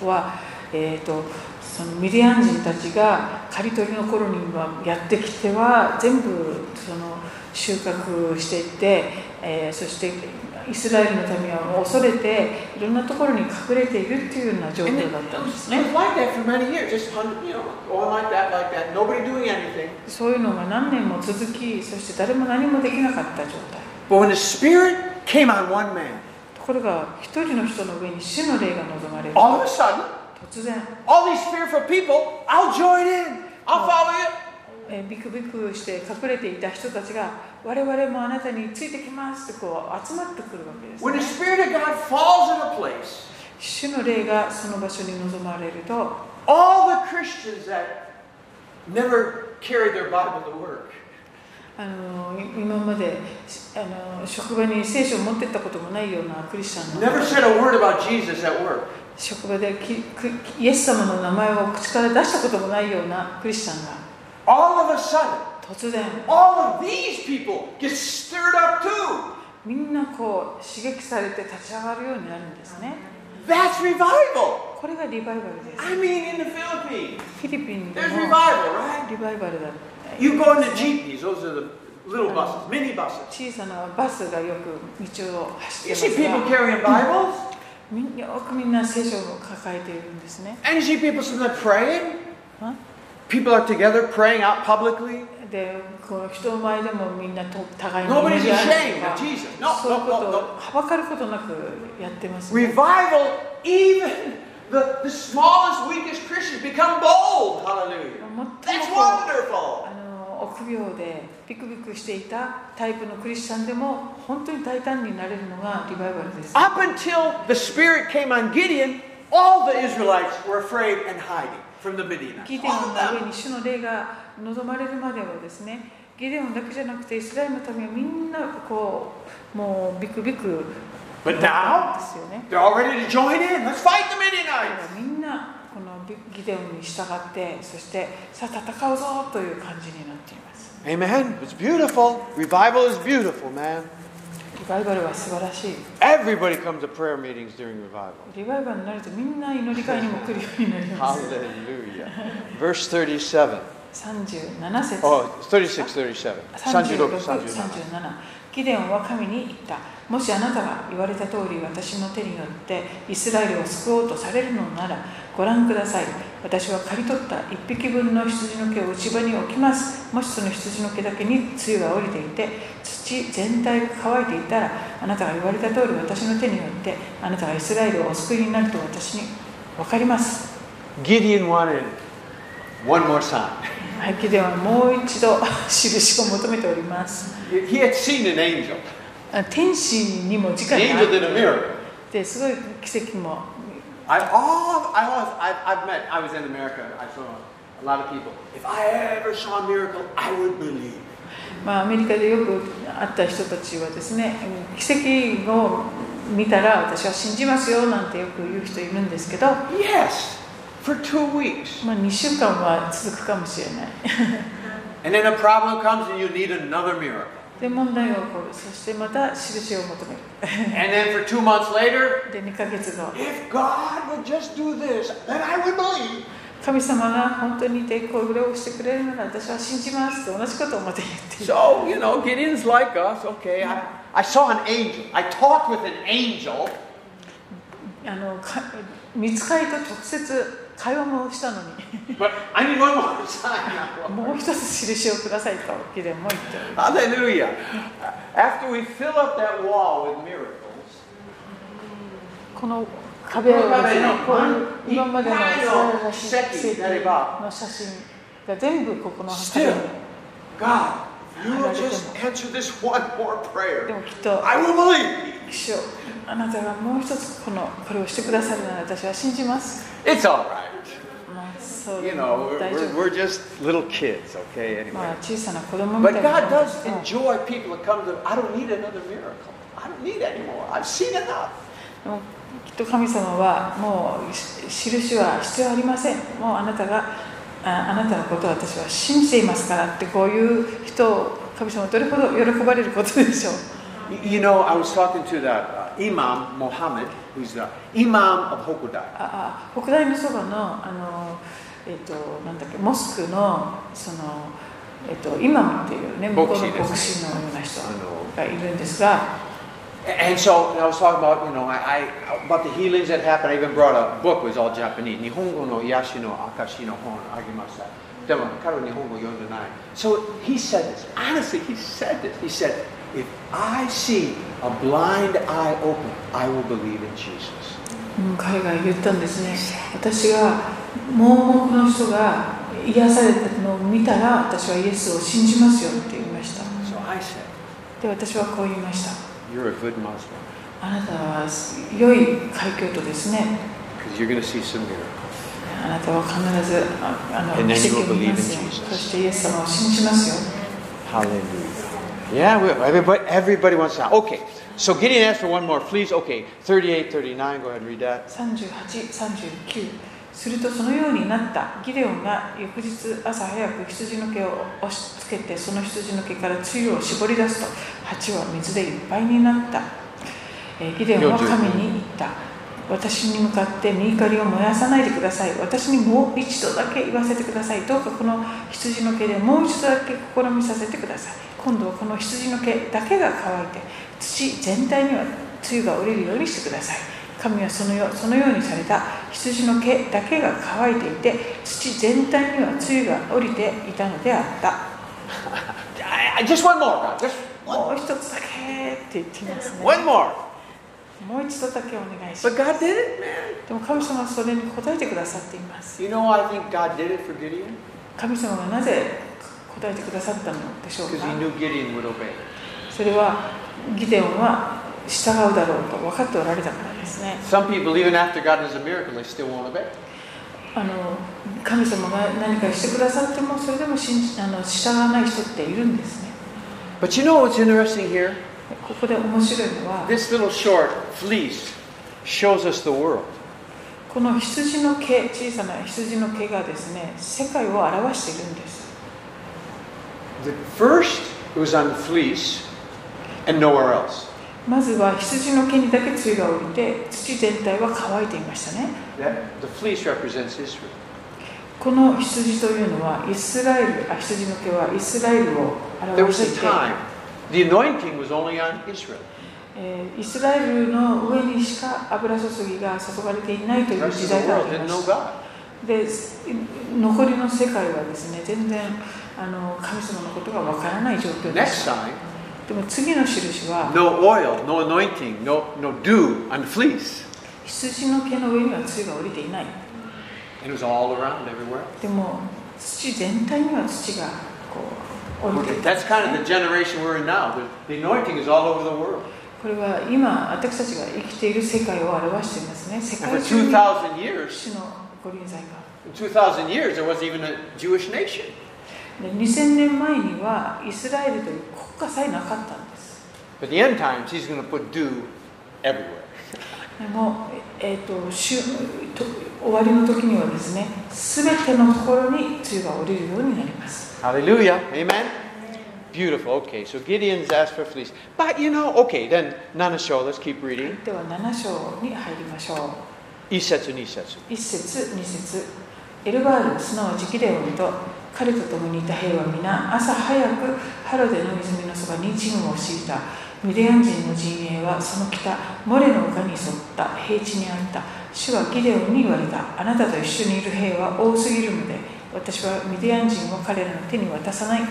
[SPEAKER 2] は、えー、とそのミディアン人たちが刈り取りの頃にはやってきては全部その収穫していって、えーそしてイスラエルの民は恐れていろんなところに隠れているっていうような状
[SPEAKER 1] And it,
[SPEAKER 2] 況だったんです
[SPEAKER 1] was,
[SPEAKER 2] ね
[SPEAKER 1] it was like that for many years, just hundred, you know, going like that, like that, nobody doing anything.
[SPEAKER 2] そういうのが何年も続きそして誰も何もできなかった状態
[SPEAKER 1] But when the Spirit came on one man,
[SPEAKER 2] ところが一人の人の上に主の霊が望まれる
[SPEAKER 1] all of a sudden,
[SPEAKER 2] 突然
[SPEAKER 1] all these fearful people, I'll join in, I'll follow you.
[SPEAKER 2] えービクビクして隠れていた人たちが我々もあなたについてきますってこう集まってくるわけです、
[SPEAKER 1] When the
[SPEAKER 2] ね、
[SPEAKER 1] Spirit of God falls in a place,
[SPEAKER 2] 主の霊がその場所に望まれると
[SPEAKER 1] all the Christians that never carried their Bible to work,
[SPEAKER 2] あのい今までしあの職場に聖書を持ってったこともないようなクリスチャンの
[SPEAKER 1] never said a word about Jesus at work,
[SPEAKER 2] 職場できくイエス様の名前を口から出したこともないようなクリスチャンが
[SPEAKER 1] all of a sudden,
[SPEAKER 2] 突然
[SPEAKER 1] all of these people get stirred up too.
[SPEAKER 2] みんなこう刺激されて立ち上がるようになるんですね
[SPEAKER 1] That's revival.
[SPEAKER 2] これがリバイバルです
[SPEAKER 1] I mean, in the Philippines,
[SPEAKER 2] フィリピンで
[SPEAKER 1] there's
[SPEAKER 2] も
[SPEAKER 1] revival, right?
[SPEAKER 2] リバイバルだ
[SPEAKER 1] You go in the jeepneys, those are the little buses, mini buses.
[SPEAKER 2] 小さなバスがよく道を
[SPEAKER 1] You
[SPEAKER 2] 走っ
[SPEAKER 1] see
[SPEAKER 2] て
[SPEAKER 1] people
[SPEAKER 2] ますが
[SPEAKER 1] carrying Bibles,
[SPEAKER 2] みんよくみんな聖書を抱えているんですね
[SPEAKER 1] and you see people sometimes praying.
[SPEAKER 2] Huh?
[SPEAKER 1] People are together praying out publicly.
[SPEAKER 2] でこの人前でもみんなと互いに
[SPEAKER 1] Nobody's
[SPEAKER 2] 祈り合い
[SPEAKER 1] ashamed
[SPEAKER 2] とか
[SPEAKER 1] of Jesus. No,
[SPEAKER 2] そういう
[SPEAKER 1] no,
[SPEAKER 2] こと
[SPEAKER 1] no,
[SPEAKER 2] を
[SPEAKER 1] no.
[SPEAKER 2] はばかることなくやってますね
[SPEAKER 1] Revival, even the, the smallest, weakest Christians become bold. Hallelujah.
[SPEAKER 2] もっとも
[SPEAKER 1] That's
[SPEAKER 2] こう
[SPEAKER 1] wonderful.
[SPEAKER 2] あの臆病でビクビクしていたタイプのクリスチャンでも本当に大胆になれるのがリバイバルです
[SPEAKER 1] Up until the Spirit came on Gideon, all the Israelites were afraid and hiding from the Midianites.
[SPEAKER 2] ギデオ
[SPEAKER 1] All
[SPEAKER 2] ン
[SPEAKER 1] of
[SPEAKER 2] の
[SPEAKER 1] them.
[SPEAKER 2] 上に主の霊が望まれるまではですねギデオンだけじゃなくてイスラエルの民はみんなこうもうビクビク
[SPEAKER 1] But now?
[SPEAKER 2] ですよね
[SPEAKER 1] They're all ready to join in. Let's fight the
[SPEAKER 2] だか
[SPEAKER 1] Midianites.
[SPEAKER 2] らみんなこのギデオンに従ってそしてさあ戦うぞという感じになっています
[SPEAKER 1] Amen. It's beautiful. Revival is beautiful, man.
[SPEAKER 2] リバイバルは素晴らしい
[SPEAKER 1] Everybody comes to prayer meetings during revival.
[SPEAKER 2] リバイバルになるとみんな祈り会にも来るようになり ます
[SPEAKER 1] Hallelujah. Verse 37.
[SPEAKER 2] 37節
[SPEAKER 1] Oh, it's 36, 37. 36, 37.
[SPEAKER 2] 3637ギデオンは神に言ったもしあなたが言われた通り私の手によってイスラエルを救おうとされるのならご覧ください私は刈り取った1匹分の羊の毛を内場に置きますもしその羊の毛だけに露が降りていて土全体が乾いていたらあなたが言われた通り私の手によってあなたがイスラエルをお救いになると私に分かります
[SPEAKER 1] Gideon wanted one more sign.
[SPEAKER 2] はいギデオンはもう一度 印を求めております
[SPEAKER 1] He had seen an angel.
[SPEAKER 2] あ天使にも直
[SPEAKER 1] The
[SPEAKER 2] に
[SPEAKER 1] angel did a miracle.
[SPEAKER 2] ですごい奇跡も
[SPEAKER 1] I all I was I, I've met. I was in America. I saw a lot of people. If I ever saw a miracle, I would believe.
[SPEAKER 2] まあ、アメリカでよく会った人たちはですね奇跡を見たら私は信じますよなんてよく言う人いるんですけど、ま
[SPEAKER 1] Yes, for two weeks.
[SPEAKER 2] あ、2週間は続くかもしれない
[SPEAKER 1] And then a problem comes, and you need another miracle.
[SPEAKER 2] で問題が起こるそしてまた印を求め
[SPEAKER 1] And then for two months later,
[SPEAKER 2] るで2ヶ月後
[SPEAKER 1] if God would just do this, then I would believe.
[SPEAKER 2] 神様が本当に抵抗をしてくれるなら私は信じますと同じことをまた言っている
[SPEAKER 1] So you know, Gideon's like us. Okay, I, I saw an angel. I talked with an angel.
[SPEAKER 2] あのか見つかりと直接会話もしたのに
[SPEAKER 1] But I need one more sign. now.
[SPEAKER 2] もう一つ印をくださいとギデオンも言っており
[SPEAKER 1] Hallelujah. After we fill up that wall with miracles,
[SPEAKER 2] この壁をですね、こういう今までのイスラエルの奇跡の写真が全部ここの壁
[SPEAKER 1] still,
[SPEAKER 2] に
[SPEAKER 1] God, you will just answer this one more
[SPEAKER 2] で
[SPEAKER 1] prayer.
[SPEAKER 2] もきっと
[SPEAKER 1] I will believe.
[SPEAKER 2] 主よあなたがもう一つこのこれをしてくださるなら私は信じます、
[SPEAKER 1] It's all right.
[SPEAKER 2] まあ、そうい
[SPEAKER 1] You
[SPEAKER 2] う
[SPEAKER 1] know,
[SPEAKER 2] の
[SPEAKER 1] we're,
[SPEAKER 2] 大丈
[SPEAKER 1] we're,
[SPEAKER 2] 夫
[SPEAKER 1] we're just little kids, okay,
[SPEAKER 2] まあ
[SPEAKER 1] anyway.
[SPEAKER 2] 小さな子供みた
[SPEAKER 1] But
[SPEAKER 2] いな
[SPEAKER 1] God
[SPEAKER 2] もので
[SPEAKER 1] does
[SPEAKER 2] すね
[SPEAKER 1] enjoy people that come to, I don't need another miracle. I don't need any more. I've seen enough.
[SPEAKER 2] でもきっと神様はもうし印は必要ありませんもうあなたがああなたのことを私は信じていますからってこういう人を神様はどれほど喜ばれることでしょう
[SPEAKER 1] Y- You know, I was talking to the uh, Imam Mohammed, who's the Imam of Hokudai.
[SPEAKER 2] ああ北大のそばのあの、えっとなんだっけモスクのその、えっと今っていうね向こうの
[SPEAKER 1] 牧師ですね
[SPEAKER 2] 牧師のような人
[SPEAKER 1] あの
[SPEAKER 2] がいるんですが
[SPEAKER 4] And so and I was talking about, you know, I, I about the healings that happened. I even brought a book, it was all Japanese. 日本語の癒しの証の本あげました。でも彼は日本語読んでない。So he said this. Honestly, he said this. He said, if I see a blind eye open, I will believe in Jesus.
[SPEAKER 2] うん彼が言ったんですね私が盲目の人が癒されたのを見たら私はイエスを信じますよって言いました
[SPEAKER 4] So I said,
[SPEAKER 2] で私はこう言いました
[SPEAKER 4] you're a good Muslim
[SPEAKER 2] あなたは良い海峡とですね
[SPEAKER 4] because you're going to see some miracles.
[SPEAKER 2] あなたは必ずああの
[SPEAKER 4] And then you
[SPEAKER 2] 奇
[SPEAKER 4] will
[SPEAKER 2] 跡を見ますよ
[SPEAKER 4] believe in Jesus.
[SPEAKER 2] そしてイエス様を信じますよ
[SPEAKER 4] Hallelujah. Yeah, we, everybody, everybody wants that. Okay, so Gideon asked for one more, please. Okay, 38, 39, go ahead and read that.
[SPEAKER 2] 3839するとそのようになったギデオンが翌日朝早く羊の毛を押し付けてその羊の毛からつゆを絞り出すと鉢は水でいっぱいになった、えーギデオンは神に言った私に向かって身怒りを燃やさないでください私にもう一度だけ言わせてくださいどうかこの羊の毛でもう一度だけ試みさせてください今度はこの羊の毛だけが乾いて土全体にはつゆが降りるようにしてください神はそのよそのようにされた羊の毛だけが乾いていて土全体にはつゆが降りていたのであった
[SPEAKER 4] I, I- just one more, God. Just
[SPEAKER 2] もう一つだけって言ってますね
[SPEAKER 4] one more.
[SPEAKER 2] もう一度だけお願いします
[SPEAKER 4] But God did it, man.
[SPEAKER 2] でも神様はそれに応えてくださっています
[SPEAKER 4] You know, I think God did it for Gideon
[SPEAKER 2] 神様がなぜ答えてくださったのでしょう
[SPEAKER 4] because
[SPEAKER 2] か
[SPEAKER 4] He knew Gideon would obey.
[SPEAKER 2] それはギデオンは従うだろうと分かっておられたからですね
[SPEAKER 4] Some people, even after God does a miracle, they still won't obey.
[SPEAKER 2] あの神様が何かしてくださってもそれでも信じあの従わない人っているんですね
[SPEAKER 4] But you know what's interesting here?
[SPEAKER 2] ここで面白いのは
[SPEAKER 4] This little short fleece shows us the world.
[SPEAKER 2] この羊の毛小さな羊の毛がですね世界を表しているんです
[SPEAKER 4] The first, it was on the fleece and nowhere else.
[SPEAKER 2] まずは羊の毛にだけ露が降りて土全体は乾いていましたね
[SPEAKER 4] That, the fleece represents Israel.
[SPEAKER 2] この羊というのはイスラエルあ羊の毛はイスラエルを
[SPEAKER 4] There
[SPEAKER 2] 表
[SPEAKER 4] was
[SPEAKER 2] して
[SPEAKER 4] a
[SPEAKER 2] いて
[SPEAKER 4] time. The anointing was only on Israel.
[SPEAKER 2] えーイスラエルの上にしか油注ぎが注がれていないと
[SPEAKER 4] The
[SPEAKER 2] いう
[SPEAKER 4] rest
[SPEAKER 2] 時
[SPEAKER 4] of the
[SPEAKER 2] 代があ
[SPEAKER 4] world
[SPEAKER 2] りま
[SPEAKER 4] didn't know
[SPEAKER 2] す
[SPEAKER 4] God.
[SPEAKER 2] で残りの世界はですね全然あの神様のことがわからない状況
[SPEAKER 4] The
[SPEAKER 2] で
[SPEAKER 4] next
[SPEAKER 2] す
[SPEAKER 4] sign,
[SPEAKER 2] でも次の印は
[SPEAKER 4] no oil, no anointing, no, no dew on fleece.
[SPEAKER 2] 羊の毛の上には露が降りていない
[SPEAKER 4] And it was all around everywhere.
[SPEAKER 2] でも土全体には土がこう降りていた
[SPEAKER 4] That's kind of the generation we're in now. The, the anointing is all over the world.
[SPEAKER 2] これは今私たちが生きている世界を表していますね世
[SPEAKER 4] And
[SPEAKER 2] 界
[SPEAKER 4] for
[SPEAKER 2] 中に
[SPEAKER 4] 2,000 years,
[SPEAKER 2] 主のご臨在が
[SPEAKER 4] in 2,000 years, there wasn't even a Jewish nation.
[SPEAKER 2] で2000年前にはイスラエルという国家さえなかったんです
[SPEAKER 4] But the end times, he's going to put dew everywhere.
[SPEAKER 2] でも、ええー、と終と終わりの時にはですね、すべてのところに露が降りるようになります。
[SPEAKER 4] Hallelujah. Amen. Beautiful. Okay, so Gideon's asked for fleece. But you know, okay, then Nanasho, let's keep reading.
[SPEAKER 2] では7章に入りましょう。
[SPEAKER 4] Isetsu Nisetsu.
[SPEAKER 2] 1節2節エルバールすなわちギデオンと彼と共にいた兵は皆朝早くハロデの泉のそばに陣を敷いたミディアン人の陣営はその北モレの丘に沿った平地にあった主はギデオンに言われたあなたと一緒にいる兵は多すぎるので私はミディアン人を彼らの手に渡さない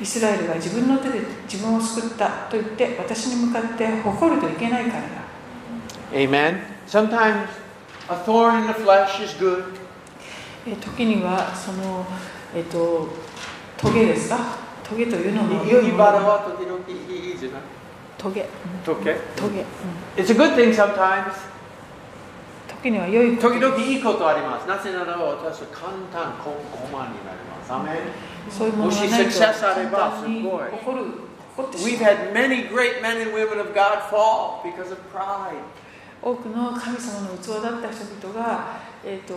[SPEAKER 2] イスラエルが自分の手で自分を救ったと言って私に向かって誇るといけないからだ
[SPEAKER 4] Amen. Sometimes a thorn in the flesh is good.
[SPEAKER 2] えー時にはそのえっ、とトゲですかトゲというのも良いもの
[SPEAKER 4] いいバラは時々いいじゃない。
[SPEAKER 2] トゲうん
[SPEAKER 4] Okay.
[SPEAKER 2] トゲ、うん
[SPEAKER 4] It's a good thing sometimes.
[SPEAKER 2] 時には良いこと
[SPEAKER 4] 時々いいことあります。なぜなら私は簡単こ困になります。Amen.
[SPEAKER 2] そういうものが
[SPEAKER 4] もし
[SPEAKER 2] ないと
[SPEAKER 4] success あれば
[SPEAKER 2] 簡単に
[SPEAKER 4] すごい
[SPEAKER 2] 起こる起こって
[SPEAKER 4] We've
[SPEAKER 2] しまう
[SPEAKER 4] had many great men and women of God fall because of pride.
[SPEAKER 2] 多くの神様の器だった人々が、えー、と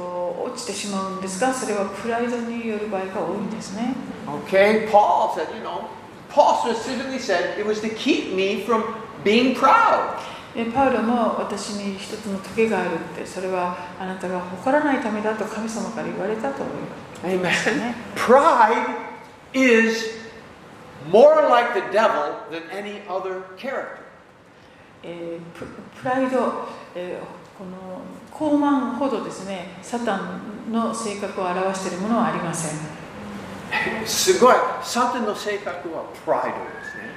[SPEAKER 2] 落ちてしまうんですがそれはプライドによる場合が多いんですね
[SPEAKER 4] Okay, Paul said, you know, Paul specifically said it was to keep me from being proud.
[SPEAKER 2] でパウロも私に一つのトゲがあるってそれはあなたが誇らないためだと神様から言われたと思いました
[SPEAKER 4] Amen.
[SPEAKER 2] ね
[SPEAKER 4] Pride is more like the devil than any other character.
[SPEAKER 2] えーププライド、えーこの高慢ほどですねサタンの性格を表しているものはありません
[SPEAKER 4] すごいサタンの性格はプライドですね。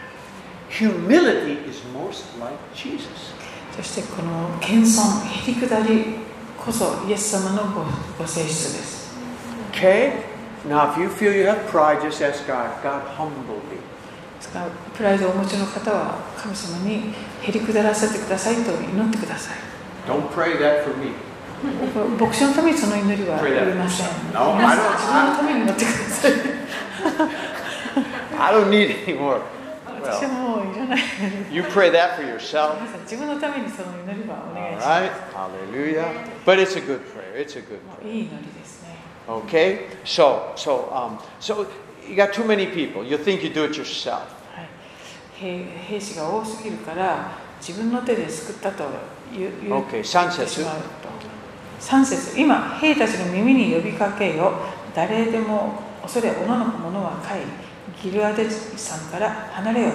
[SPEAKER 4] Humility is most like Jesus.
[SPEAKER 2] そしてこの謙遜へりくだりこそイエス様のごご性質です
[SPEAKER 4] Okay? Now, if you feel you have pride, just ask God, God, humble me.
[SPEAKER 2] ですからプライドをお持ちの方は神様にへりくだらせてくださいと祈ってください
[SPEAKER 4] Don't pray that for me.
[SPEAKER 2] 牧師のためにその祈りは祈りません
[SPEAKER 4] No, I
[SPEAKER 2] 皆
[SPEAKER 4] don't-
[SPEAKER 2] さん自分のために祈ってください
[SPEAKER 4] I don't need any more.
[SPEAKER 2] 私は
[SPEAKER 4] Well,
[SPEAKER 2] もういらない
[SPEAKER 4] you pray that for yourself.
[SPEAKER 2] 皆さん自分のためにその祈りはお
[SPEAKER 4] All
[SPEAKER 2] 願いしま
[SPEAKER 4] right. Hallelujah. But it's a good prayer. It's a good
[SPEAKER 2] すもう
[SPEAKER 4] prayer.
[SPEAKER 2] いい祈りですね
[SPEAKER 4] Okay? So, so, um, so you got too many people. You think you do it yourself.
[SPEAKER 2] はい、兵兵士が多すぎるから自分の手で救ったと言う言う
[SPEAKER 4] Okay, 3
[SPEAKER 2] 言ってし
[SPEAKER 4] 節
[SPEAKER 2] まうと3節今兵たちの耳に呼びかけよ誰でも恐れおののく者はかいギルアデさんから離れよ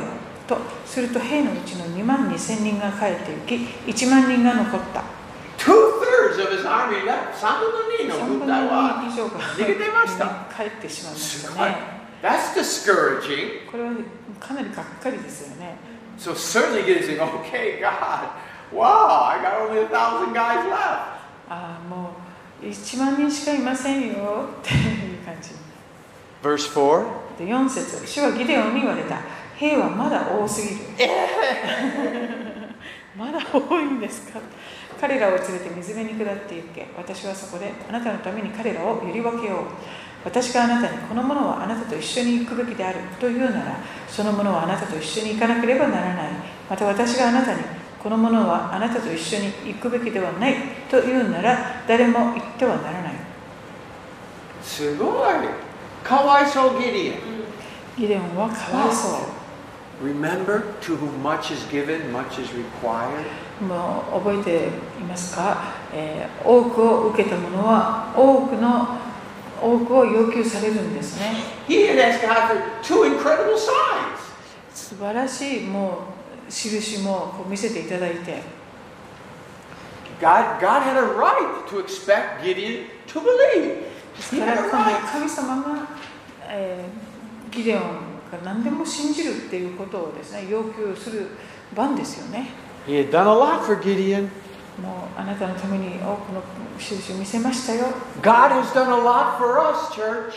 [SPEAKER 2] とすると兵のうちの2万2千人が帰っていき1万人が残った
[SPEAKER 4] Two thirds of his army left.
[SPEAKER 2] 3分の2以上が
[SPEAKER 4] 逃げてました
[SPEAKER 2] 帰ってしまいましたね
[SPEAKER 4] That's discouraging.
[SPEAKER 2] これはかなりがっかりですよね
[SPEAKER 4] So certainly getting saying, okay, God, wow, I got only a thousand guys left.
[SPEAKER 2] ああもう1万人しかいませんよっていう感じ
[SPEAKER 4] Verse 4.
[SPEAKER 2] で4節主はギデオンに言われた兵はまだ多すぎる まだ多いんですか彼らを連れて水辺に下って行け私はそこであなたのために彼らを揺り分けよう私があなたにこの者はあなたと一緒に行くべきであるというならその者はあなたと一緒に行かなければならないまた私があなたにこの者はあなたと一緒に行くべきではないというなら誰も行ってはならない
[SPEAKER 4] すごい。かわいそう Gideon.
[SPEAKER 2] ギデオンはかわいそう
[SPEAKER 4] Remember, to whom much is given, much is required.
[SPEAKER 2] もう覚えていますか、えー多くを受けたものは多くの多くを要求されるんですね
[SPEAKER 4] He had asked God for two incredible signs.
[SPEAKER 2] 素晴らしいもう印もこう見せていただいて
[SPEAKER 4] God, God had a right to expect Gideon to believe.
[SPEAKER 2] です
[SPEAKER 4] He
[SPEAKER 2] か
[SPEAKER 4] had
[SPEAKER 2] ら
[SPEAKER 4] a
[SPEAKER 2] この
[SPEAKER 4] right.
[SPEAKER 2] 神様が、えーギデオンが何でも信じるっていうことをですね要求する番ですよね
[SPEAKER 4] He had done a lot for Gideon.
[SPEAKER 2] もうあなたのために多くの印を見せましたよ
[SPEAKER 4] God has done a lot for us, church.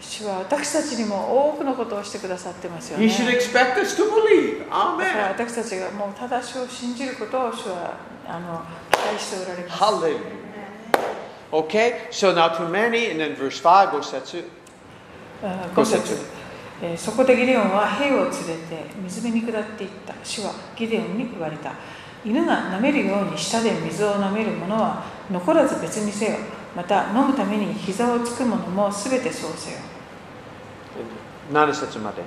[SPEAKER 2] 主は私たちにも多くのことをしてくださってますよ
[SPEAKER 4] He
[SPEAKER 2] ね
[SPEAKER 4] should expect us to believe.
[SPEAKER 2] だから
[SPEAKER 4] Amen.
[SPEAKER 2] 私たちがもうただ主を信じることを主はあの期待しておられます。
[SPEAKER 4] Hallelujah. Okay, so now to many, and then verse 5, Gosetsu.
[SPEAKER 2] うん
[SPEAKER 4] ご
[SPEAKER 2] ご
[SPEAKER 4] 説
[SPEAKER 2] 説えーそこでギデオンは兵を連れて水辺に下っていった主はギデオンに言われた犬が舐めるように舌で水を舐める者は残らず別にせよまた飲むために膝をつく者も全てそうせよ
[SPEAKER 4] 7節まで。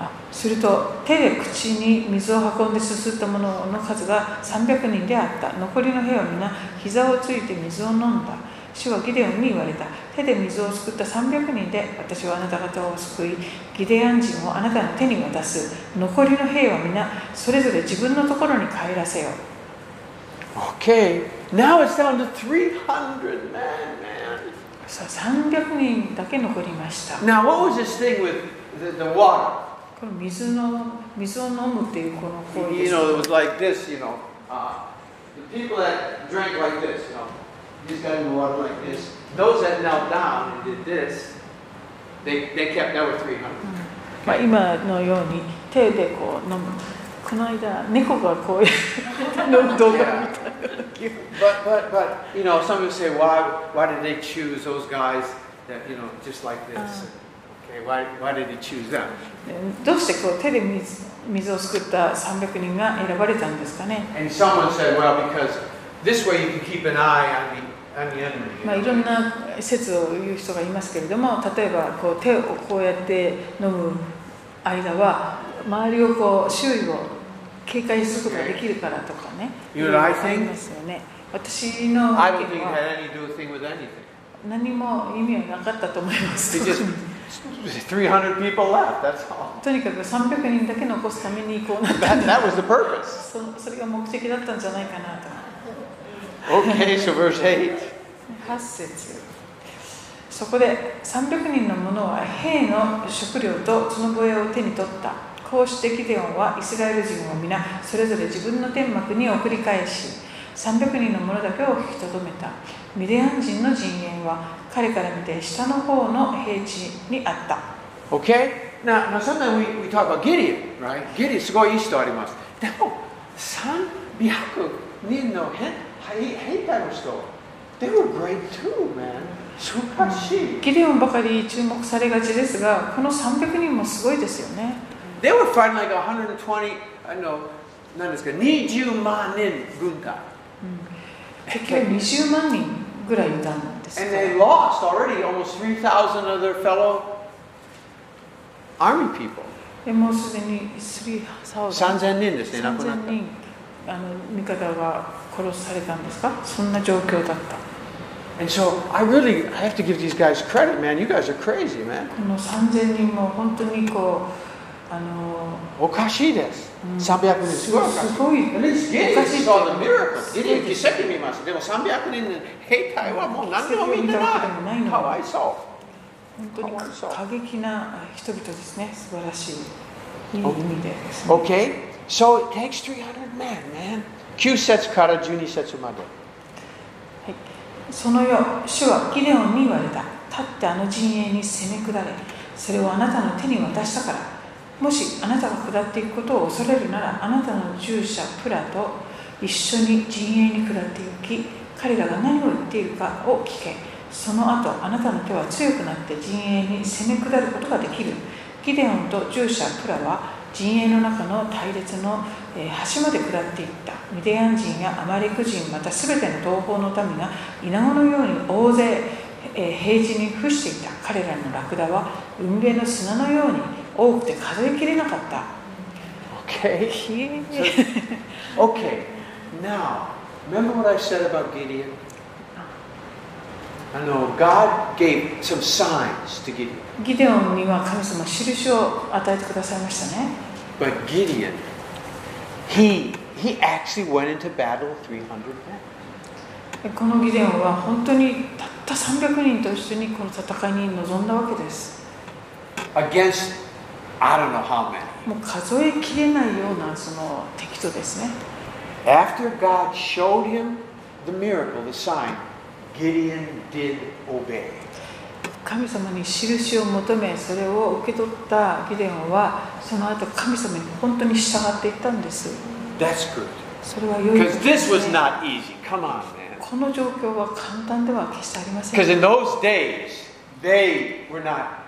[SPEAKER 2] あすると手で口に水を運んですすった者の数が300人であった残りの兵は皆膝をついて水を飲んだ主はギデオンに言われた手で水をすくった300人で私はあなた方を救いギデアン人をあなたの手に渡す残りの兵は皆それぞれ自分のところに帰らせよ
[SPEAKER 4] Okay, now it's down to 300 men, man.
[SPEAKER 2] さあ300人だけ残りました
[SPEAKER 4] Now, what was this thing with the, the water?
[SPEAKER 2] この水の水を飲むっていうこの行為で
[SPEAKER 4] You
[SPEAKER 2] す
[SPEAKER 4] know, it was like this, you know. Uh, the people that drank like this, you know, these guys in the water like this. Those that knelt down and did this, they, they kept, that were 300.
[SPEAKER 2] まあ、今のように手でこう飲むこの間猫がこういう の動画を見た
[SPEAKER 4] But, but, but, you know, some people say, why, why did they choose those guys that, you know, just like this? Okay, why, why did he choose them?
[SPEAKER 2] どうしてこう手で水水をすくった300人が選ばれたんですかね、
[SPEAKER 4] And someone said, well, because this way you can keep an eye on the, on the enemy.
[SPEAKER 2] まあ、いろんな説を言う人がいますけれども例えばこう手をこうやって飲む間は周りをこう周囲を警戒することができるからとかね
[SPEAKER 4] You know what I
[SPEAKER 2] あ
[SPEAKER 4] think?
[SPEAKER 2] りますよね私の意見
[SPEAKER 4] I don't think it
[SPEAKER 2] は
[SPEAKER 4] had any to do thing with anything.
[SPEAKER 2] 何も意味はなかったと思います
[SPEAKER 4] They just 300 people left, that's all.
[SPEAKER 2] とにかく300人だけ残すためにこうなった
[SPEAKER 4] That, that was the purpose.
[SPEAKER 2] そそれが目的だったんじゃないかなと
[SPEAKER 4] Okay, so verse 8.
[SPEAKER 2] 8節そこで300人の者は兵の食料とその護衛を手に取ったこうしてギデオンはイスラエル人を皆それぞれ自分の天幕に送り返し300人の者だけを引き留めたミディアン人の陣営は彼から見て下の方の平地にあった
[SPEAKER 4] Okay? Now, now sometimes we, we talk about Gideon, right? Gideon, すごいいい人あります。でも、300人の変兵兵隊の人、they were great too, man. 素晴らしい。
[SPEAKER 2] ギデオンばかり注目されがちですがこの300人もすごいですよね
[SPEAKER 4] They were fighting like 120, I know, 何ですか、20万人軍隊。
[SPEAKER 2] 結局20万人ぐらいいたんです
[SPEAKER 4] And
[SPEAKER 2] から
[SPEAKER 4] they lost already almost 3,000 of their fellow army people.
[SPEAKER 2] でもうすでに3,000
[SPEAKER 4] 3,000人ですね、亡くなっ
[SPEAKER 2] 3000人あの味方が殺されたんですかそんな状況だった
[SPEAKER 4] た。And so, I really, I have to give these guys credit, man. You guys are crazy, man.
[SPEAKER 2] この3000人も本当にこうあの
[SPEAKER 4] おかしいです。
[SPEAKER 2] うん
[SPEAKER 4] 300人
[SPEAKER 2] す
[SPEAKER 4] す
[SPEAKER 2] ご
[SPEAKER 4] ご
[SPEAKER 2] い
[SPEAKER 4] い
[SPEAKER 2] お
[SPEAKER 4] お
[SPEAKER 2] か
[SPEAKER 4] か
[SPEAKER 2] し
[SPEAKER 4] し
[SPEAKER 2] い
[SPEAKER 4] い。
[SPEAKER 2] おかしいって
[SPEAKER 4] miracle. ギリギリ奇跡見ます。でも300人の兵隊はもう何も見て
[SPEAKER 2] 奇跡を見たこともな
[SPEAKER 4] な
[SPEAKER 2] の
[SPEAKER 4] いい。
[SPEAKER 2] に
[SPEAKER 4] かわいそ
[SPEAKER 2] 本当に
[SPEAKER 4] かわいそう
[SPEAKER 2] 過激な人々ですね素晴らしいいい意味でです
[SPEAKER 4] う。
[SPEAKER 2] ね
[SPEAKER 4] Okay? So it takes 300 men, man. 9節から12節まで。
[SPEAKER 2] はい、その夜、主はギデオンに言われた。立ってあの陣営に攻め下れ、それをあなたの手に渡したから。もしあなたが下っていくことを恐れるなら、あなたの従者プラと一緒に陣営に下って行き、彼らが何を言っているかを聞け。その後、あなたの手は強くなって陣営に攻め下ることができる。ギデオンと従者プラは陣営の中の隊列のえー端まで下っていったミディアン人やアマレク人また全ての東方の民が稲穂のように大勢えー平地に伏していた彼らのラクダは海辺の砂のように多くて数えきれなかった
[SPEAKER 4] Okay?
[SPEAKER 2] ひえ
[SPEAKER 4] Okay. Now, remember what I said about Gideon? I know God gave some signs to Gideon.
[SPEAKER 2] ギデオンには神様印を与えてくださいましたね
[SPEAKER 4] But Gideon, he, he actually went into battle with 300 men.
[SPEAKER 2] でこのギデオンは本当にたった300人と一緒にこの戦いに臨んだわけです
[SPEAKER 4] against I don't know how many.
[SPEAKER 2] もう数えきれないようなその敵とですね
[SPEAKER 4] After God showed him the miracle, the sign, Gideon did obey.
[SPEAKER 2] 神様に印を求めそれを受け取ったギデオンはその後神様に本当に従っていったんです
[SPEAKER 4] That's good.
[SPEAKER 2] それは良いこと
[SPEAKER 4] Because
[SPEAKER 2] で
[SPEAKER 4] this
[SPEAKER 2] す
[SPEAKER 4] was
[SPEAKER 2] ね
[SPEAKER 4] not easy. Come on, man.
[SPEAKER 2] この状況は簡単では決してありませ
[SPEAKER 4] Because
[SPEAKER 2] ん
[SPEAKER 4] in those days, they were not,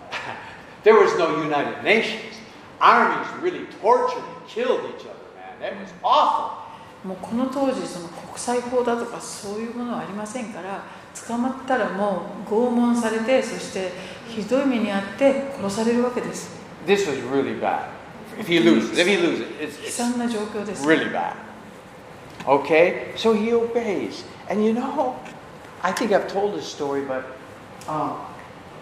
[SPEAKER 4] there was no United Nations. Armies really tortured and killed each other, man. That was awful.
[SPEAKER 2] もうこの当時その国際法だとかそういうものはありませんから捕まったらもう拷問されてそしてひどい目に遭って殺されるわけです
[SPEAKER 4] This was really bad. If you lose it, if you lose it,
[SPEAKER 2] 悲
[SPEAKER 4] it's,
[SPEAKER 2] 惨な状況です
[SPEAKER 4] really bad. Okay, so he obeys, and you know, I think I've told this story, but um,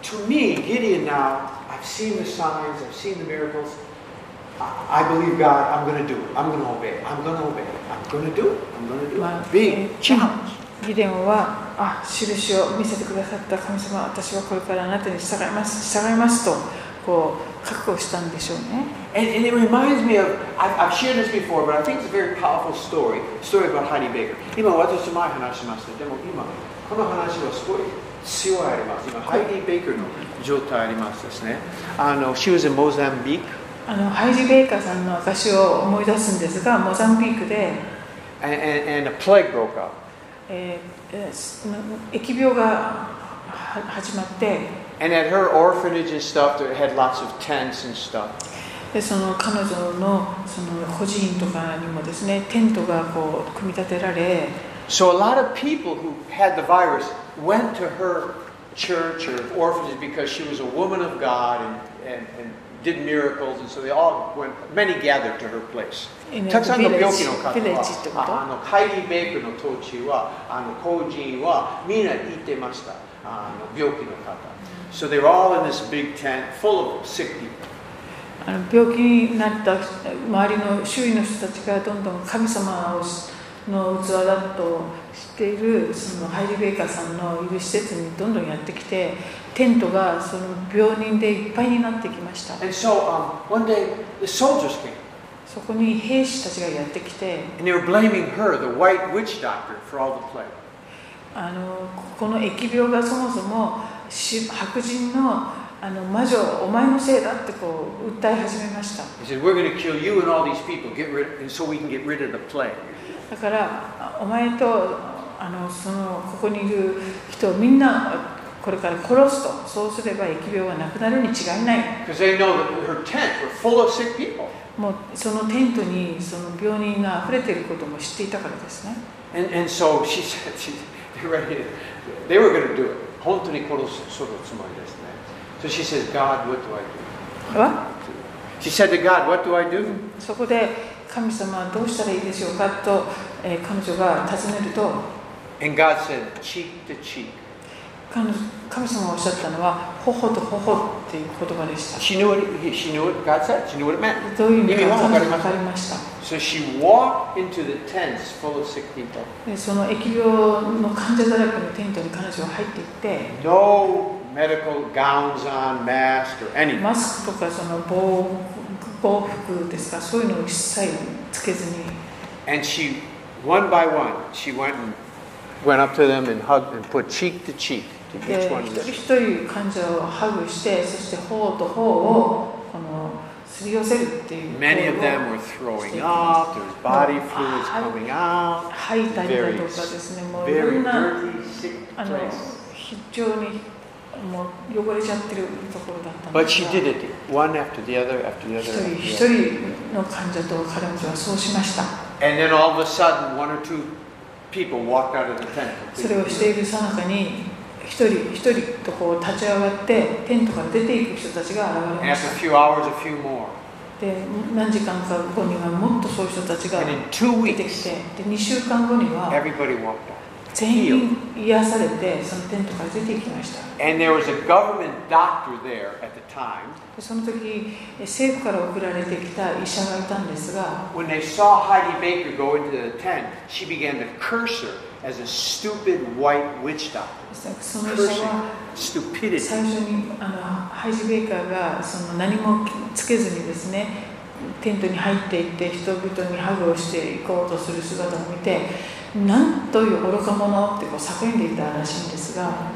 [SPEAKER 4] to me, Gideon now, I've seen the signs, I've seen the miracles. I, I believe God. I'm going to do it. I'm going to obey. I'm going to obey. I'm going to do it. I'm going to do
[SPEAKER 2] まあ
[SPEAKER 4] it.
[SPEAKER 2] えー
[SPEAKER 4] Big challenge.
[SPEAKER 2] ギデオンは、あ、印を見せてくださった神様、私はこれからあなたに従います、従いますと、こう、覚悟したんでしょうね。
[SPEAKER 4] And, and it reminds me of, I've, I've shared this before, but I think it's a very powerful story, story about Heidi Baker. 今私と前話しました。でも今、この話はすごい強いあります。今、ハイディ・ベイカーの状態ありますですね。あの、She was in Mozambique,
[SPEAKER 2] あの、ハイジ・ベイカーさんの証を思い出すんですが、モザンビークで、
[SPEAKER 4] and, and, and a plague broke out.
[SPEAKER 2] えーえーす疫病がは始まって、
[SPEAKER 4] And at her orphanage and stuff, they had lots of tents and stuff.
[SPEAKER 2] でその彼女のその孤児院とかにもですね、テントがこう、組み立てられ、
[SPEAKER 4] So a lot of people who had the virus went to her church or orphanage because she was a woman of God and, and, and did miracles, and so they all went, many gathered to her place. たくさんの病気の方
[SPEAKER 2] ビレッジってこ
[SPEAKER 4] は
[SPEAKER 2] と
[SPEAKER 4] ああのカイリー・ベイクの当地はあの工人はみんな行ってましたあの病気の方 So they were all in this big tent full of sick people.
[SPEAKER 2] あの病気になった周りの周囲の人たちがどんどん神様をしの器だと知っているそのハイリ・ベイカーさんのいる施設にどんどんやってきてテントがその病人でいっぱいになってきました
[SPEAKER 4] And so um, one day the soldiers came
[SPEAKER 2] そこに兵士たちがやってきて
[SPEAKER 4] and they were blaming her, the white witch doctor, for all the plague.
[SPEAKER 2] あのこの疫病がそもそもし白人のあの魔女お前のせいだってこう訴え始めました
[SPEAKER 4] He said, We're going to kill you and all these people get rid and so we can get rid of the plague.
[SPEAKER 2] だからあお前とあのそのここにいる人をみんなこれから殺すとそうすれば疫病はなくなるに違いない
[SPEAKER 4] Because they know that her tent were full of sick people.
[SPEAKER 2] もうそのテントにその病人が溢れていることも知っていたからですね
[SPEAKER 4] And, and so she said, she, they, were ready to, they were going to do it. 本当に殺すつもりですね。So she says, God, what do I do?
[SPEAKER 2] は
[SPEAKER 4] She said to God, What do I do?
[SPEAKER 2] そこで神様はどうしたらいいでしょうかと、えー彼女が尋ねると
[SPEAKER 4] And God said, Cheek to cheek.
[SPEAKER 2] 彼女神様がおっしゃったのは「頬と頬」っていう言葉でした
[SPEAKER 4] She knew what he, she knew what God said. She knew what it meant.
[SPEAKER 2] どういう意味か
[SPEAKER 4] 意味は分
[SPEAKER 2] 彼
[SPEAKER 4] かり
[SPEAKER 2] 女
[SPEAKER 4] ま
[SPEAKER 2] は
[SPEAKER 4] し
[SPEAKER 2] 分
[SPEAKER 4] た
[SPEAKER 2] かりました
[SPEAKER 4] So she walked into the tents full of sick people.
[SPEAKER 2] でその疫病の患者だらけのテントに彼女は入っていって
[SPEAKER 4] No medical gowns on, mask, or anything.
[SPEAKER 2] マスクとかその防防服ですかそういうのを一切つけずに
[SPEAKER 4] And she, one by one, she went and went up to them and hugged and put cheek to cheek to
[SPEAKER 2] で
[SPEAKER 4] each one
[SPEAKER 2] 一人
[SPEAKER 4] of them.
[SPEAKER 2] 一人患者をハグしてそして頬と頬をこのすり寄せるっていう
[SPEAKER 4] Many of
[SPEAKER 2] 行
[SPEAKER 4] them
[SPEAKER 2] 為を
[SPEAKER 4] were throwing up, there was body fluids coming out,
[SPEAKER 2] 吐いたりだとかですねもういろ
[SPEAKER 4] very
[SPEAKER 2] んな
[SPEAKER 4] dirty, sick
[SPEAKER 2] あの
[SPEAKER 4] place.
[SPEAKER 2] 非常にもう汚れちゃってるところだったん
[SPEAKER 1] But
[SPEAKER 2] です
[SPEAKER 1] she
[SPEAKER 2] が
[SPEAKER 1] did it one after the other after the
[SPEAKER 2] 一
[SPEAKER 1] other.
[SPEAKER 2] 人
[SPEAKER 1] After
[SPEAKER 2] 一
[SPEAKER 1] the other.
[SPEAKER 2] 人の患者と彼女はそうしました
[SPEAKER 4] And then all of a sudden, one or two people walked out of the tent.
[SPEAKER 2] それをし
[SPEAKER 4] completely
[SPEAKER 2] ているさなかに一人一人とこう立ち上がってテントから出ていく人たちが
[SPEAKER 4] And
[SPEAKER 2] 現れま
[SPEAKER 4] after
[SPEAKER 2] し
[SPEAKER 4] a few hours, a few more.
[SPEAKER 2] たで何時間か後にはもっとそういう人たちが
[SPEAKER 4] And in two
[SPEAKER 2] 出てき
[SPEAKER 4] weeks,
[SPEAKER 2] てで2週間後には
[SPEAKER 4] everybody walked out.
[SPEAKER 2] 全員癒されてそのテントから出ていきました
[SPEAKER 4] And there was a government doctor there at the time.
[SPEAKER 2] でその時え政府から送られてきた医者がいたんですが
[SPEAKER 4] When they saw Heidi Baker go into the tent, she began to curse her as a stupid white witch doctor.
[SPEAKER 2] その医者
[SPEAKER 4] Cursing
[SPEAKER 2] は
[SPEAKER 4] stupidity.
[SPEAKER 2] 最初にあのハイジ・ベイカーがその何もつけずにですねテントに入っていって人々にハグをしていこうとする姿を見てなんという愚か者ってこう叫んでいたらしいんですが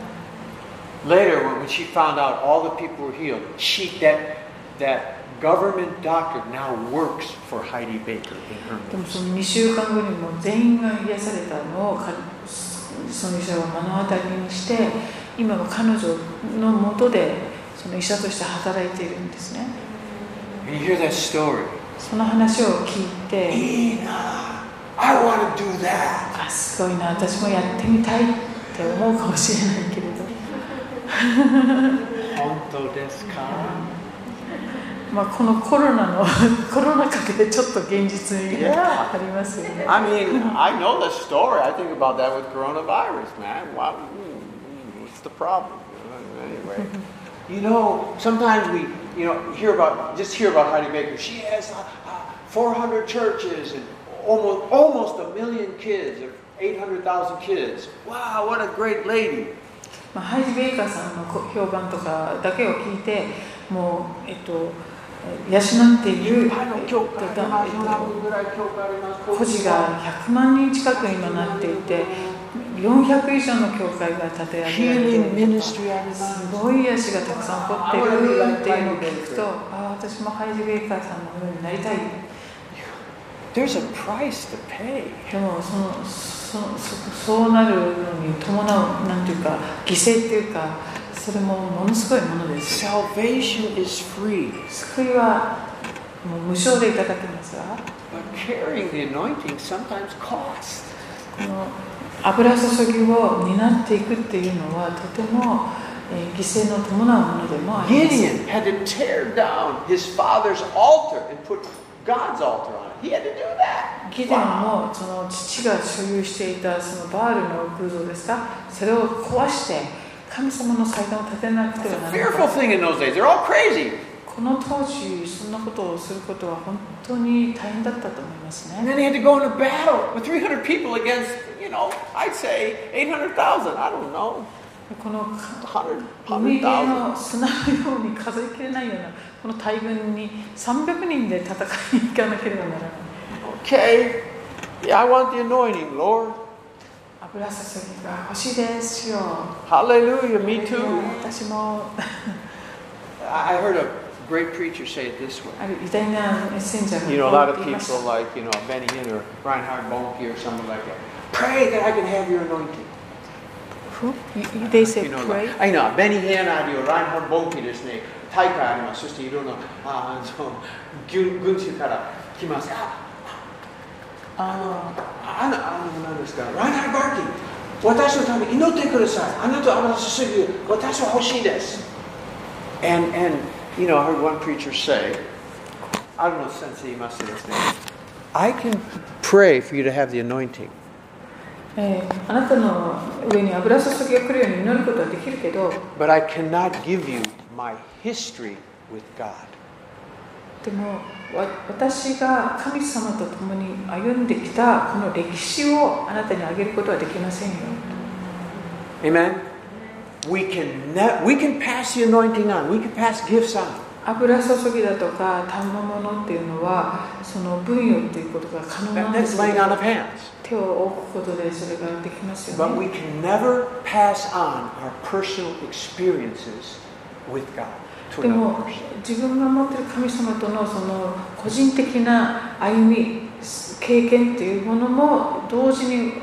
[SPEAKER 4] Later, when when she found out all the people were healed, she that that government doctor now works for Heidi Baker in her
[SPEAKER 2] でも
[SPEAKER 4] midst.
[SPEAKER 2] その2週間後にも全員が癒されたのをかその医者は目の当たりにして今は彼女のもとでその医者として働いているんですね
[SPEAKER 4] And you hear that story.
[SPEAKER 2] その話を聞いて
[SPEAKER 4] Ina, I want to do that.
[SPEAKER 2] あすごいな私もやってみたいって思うかもしれないけれど。
[SPEAKER 4] Honto desu ka?
[SPEAKER 2] まあ、このコロナのコロナ禍でちょっと現実味が
[SPEAKER 4] Yeah.
[SPEAKER 2] ありますよね。
[SPEAKER 4] I mean, I know the story. I think about that with coronavirus, man. Why, mm, what's the problem? Anyway, you know, sometimes we, you know, hear about just hear about Heidi Baker. She has uh, uh, 400 churches and almost almost a million kids, or 800,000 kids. Wow, what a great lady!
[SPEAKER 2] まあ、ハイジ・ベイカーさんの評判とかだけを聞いてもう、えっと、養っている、えっとだえっと孤児が100万人近く今なっていて400以上の教会が建て上げら
[SPEAKER 1] Healing
[SPEAKER 2] れているとか
[SPEAKER 1] ministry, I
[SPEAKER 2] す
[SPEAKER 1] remember.
[SPEAKER 2] ごい癒しがたくさん起こってるっていうのを聞くとああ私もハイジ・ベイカーさんのようになりたい。
[SPEAKER 1] There's a price to pay.
[SPEAKER 2] でもそのそそそうなるのに伴うなんていうか犠牲っていうかそれもものすごいものですよ
[SPEAKER 1] Salvation is free,
[SPEAKER 2] 救いはもう無償でいただけますが
[SPEAKER 1] but carrying the anointing sometimes costs.
[SPEAKER 2] この油注ぎを担っていくっていうのはとても、えー犠牲の伴うものでもあります
[SPEAKER 4] Gideon had to tear down his father's altar and put God's altar on it. He had to do that.
[SPEAKER 2] ギデオンもその父が所有していたそのバールの偶像ですかそれを壊して神様の祭壇を建てなくて
[SPEAKER 4] It's
[SPEAKER 2] は
[SPEAKER 4] a
[SPEAKER 2] ならな
[SPEAKER 4] fearful
[SPEAKER 2] い
[SPEAKER 4] thing in those days. They're all crazy.
[SPEAKER 2] この当時そんなことをすることは本当に大変だったと思います
[SPEAKER 4] And
[SPEAKER 2] ね
[SPEAKER 4] then they had to go into battle with 300 people against, you know, I'd say 800,000. I don't know,
[SPEAKER 2] この
[SPEAKER 4] 100,
[SPEAKER 2] 海辺
[SPEAKER 4] 100,000.
[SPEAKER 2] の砂のように数えきれないようなこの大軍に300人で戦いに行かなければならない
[SPEAKER 4] Okay. Yeah, I want the anointing, Lord.
[SPEAKER 2] 油注ぎが欲しいですよ
[SPEAKER 4] Hallelujah. Me too.
[SPEAKER 2] 私も
[SPEAKER 4] I I heard a great preacher say it this way.
[SPEAKER 2] ある偉大なメッセンジャー
[SPEAKER 4] You know, a lot
[SPEAKER 2] がこう言ってい
[SPEAKER 4] of
[SPEAKER 2] ました
[SPEAKER 4] people like, you know, Benny Hinn or Reinhard Bonnke or someone like that. Pray that I can have your anointing.
[SPEAKER 2] Who? You- They say
[SPEAKER 4] You know,
[SPEAKER 2] pray.
[SPEAKER 4] like, あいいな、ベニー・ヘアナリオ、ラインハルボンキーですね、タイからあります、そしていろんな あーその軍軍種から来ます。あ ah.
[SPEAKER 2] ああ、
[SPEAKER 4] あの、あの、なんですか、ラインハルボンキー、私のために祈ってください。あなたは私すぐ、私は欲しいです。And, and, you know, I heard one preacher say, あるの先生いましてですね、I can pray for you to have the anointing.
[SPEAKER 2] えーあなたの上に油注ぎが来るように祈ることはできるけど、
[SPEAKER 4] But I cannot give you my history with God.
[SPEAKER 2] でもわ私が神様と共に歩んできたこの歴史をあなたにあげることはできませんよ。
[SPEAKER 4] Amen. We can ne- we can pass the anointing on. We can pass gifts on.
[SPEAKER 2] 油注ぎだとか賜物っていうのはその分与っていうことが可能なん
[SPEAKER 4] That-
[SPEAKER 2] で
[SPEAKER 4] That's
[SPEAKER 2] す
[SPEAKER 4] laying on of hands.
[SPEAKER 2] 手を置くことでそれができますよ
[SPEAKER 4] But
[SPEAKER 2] ね。
[SPEAKER 4] we can never pass on our personal experiences with God to
[SPEAKER 2] で
[SPEAKER 4] another
[SPEAKER 2] も
[SPEAKER 4] person.
[SPEAKER 2] 自分が持っている神様とのその個人的な歩み経験っていうものも同時に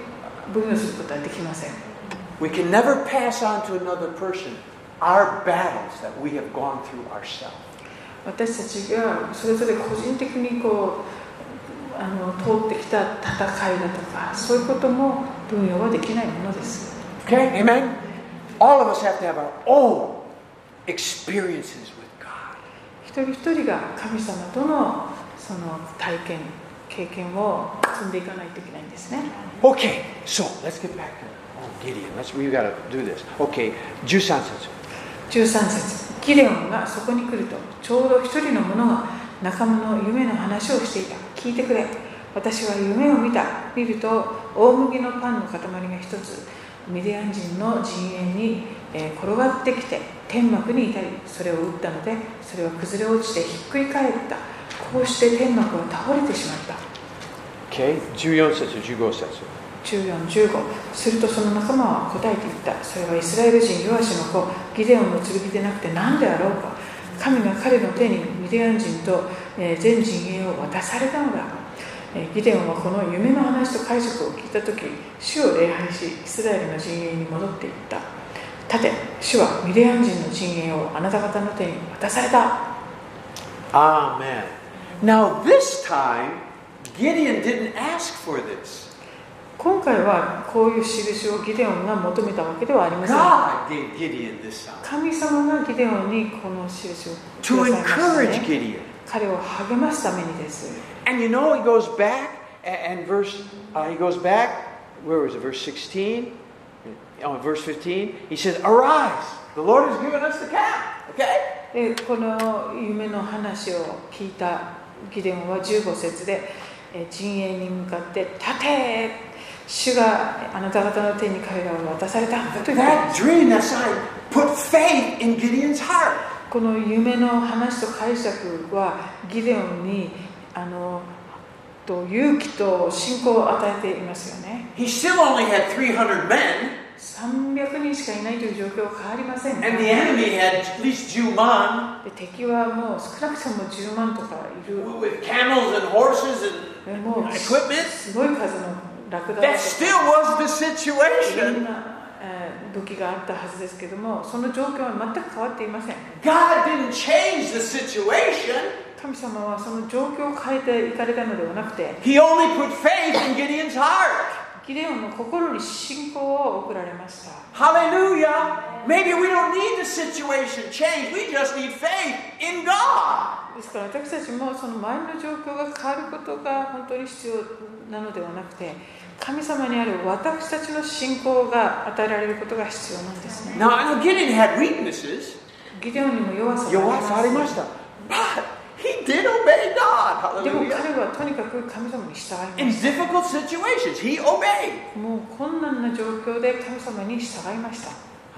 [SPEAKER 2] 分与することはできません
[SPEAKER 4] We can never pass on to another person our battles that we have gone through ourselves.
[SPEAKER 2] 私たちがそれぞれ個人的にこうあの通ってきた戦いだとかそういうことも分与はできないものです
[SPEAKER 4] Okay? Amen? All of us have to have our own experiences with God.
[SPEAKER 2] 一人一人が神様とのその体験経験を積んでいかないといけないんですね
[SPEAKER 4] Okay, so let's get back to oh, Gideon. Let's we gotta do this. Okay, Jusan says.
[SPEAKER 2] 13節ギレオンがそこに来るとちょうど一人の者が仲間の夢の話をしていた聞いてくれ私は夢を見た見ると大麦のパンの塊が一つミディアン人の陣営に、えー転がってきて天幕に至りそれを打ったのでそれは崩れ落ちてひっくり返ったこうして天幕は倒れてしまった
[SPEAKER 4] Okay, 14節、15節。
[SPEAKER 2] 1415するとその仲間は答えていったそれはイスラエル人ヨアシの子ギデオンの剣でなくて何であろうか神が彼の手にミディアン人と、えー全陣営を渡されたのだ、えーギデオンはこの夢の話と解釈を聞いた時主を礼拝しイスラエルの陣営に戻っていった立て主はミディアン人の陣営をあなた方の手に渡された
[SPEAKER 4] Amen. Now this time, Gideon didn't ask for this.
[SPEAKER 2] 今回はこういう印をギデオンが求めたわけではありません
[SPEAKER 4] God gave Gideon this sign
[SPEAKER 2] 神様がギデオンにこの印をく
[SPEAKER 4] to
[SPEAKER 2] ださいました、
[SPEAKER 4] encourage
[SPEAKER 2] ね、
[SPEAKER 4] Gideon.
[SPEAKER 2] 彼を励ますためにです、
[SPEAKER 4] And you know, he goes back a- and verse, uh, he goes back, where was it, verse 16? Oh, verse 15. He says, Arise, the Lord has given us the cap. Okay?
[SPEAKER 2] でこの夢の話を聞いたギデオンは15節でえー陣営に向かって「立て主があなた方の手に彼らを渡された」と言ったんで
[SPEAKER 4] That
[SPEAKER 2] す
[SPEAKER 4] dream, that sign, put faith in Gideon's heart.
[SPEAKER 2] この夢の話と解釈はギデオンにあのと勇気と信仰を与えていますよね
[SPEAKER 4] He still only had 300 men,
[SPEAKER 2] 300人しかいないという状況は変わりません
[SPEAKER 4] and the enemy had at least Juman
[SPEAKER 2] で敵はもう少なくとも10万とかいる、
[SPEAKER 4] with camels and horses and
[SPEAKER 2] えもうす
[SPEAKER 4] equipment.
[SPEAKER 2] ごい数のラクダとか
[SPEAKER 4] That still was the
[SPEAKER 2] いろん
[SPEAKER 4] situation.
[SPEAKER 2] な、えー武器があったはずですけどもその状況は全く変わっていません
[SPEAKER 4] God didn't change the situation,
[SPEAKER 2] 神様はその状況を変えていかれたのではなくて
[SPEAKER 4] He only put faith in Gideon's heart.
[SPEAKER 2] ギデオンの心に信仰を送られました
[SPEAKER 4] Hallelujah. Maybe we don't need the situation change, we just need faith in in God.
[SPEAKER 2] ですから私たちもその周りの状況が変わることが本当に必要なのではなくて神様にある私たちの信仰が与えられることが必要なんですね
[SPEAKER 4] Now, I know Gideon had weaknesses.
[SPEAKER 2] ギデオンにも弱さがあります
[SPEAKER 4] 弱さありました。But he did obey God.
[SPEAKER 2] でも
[SPEAKER 4] Hallelujah.
[SPEAKER 2] 彼はとにかく神様に従い
[SPEAKER 4] In
[SPEAKER 2] まし
[SPEAKER 4] difficult situations, he obeyed.
[SPEAKER 2] たもう困難な状況で神様に従いました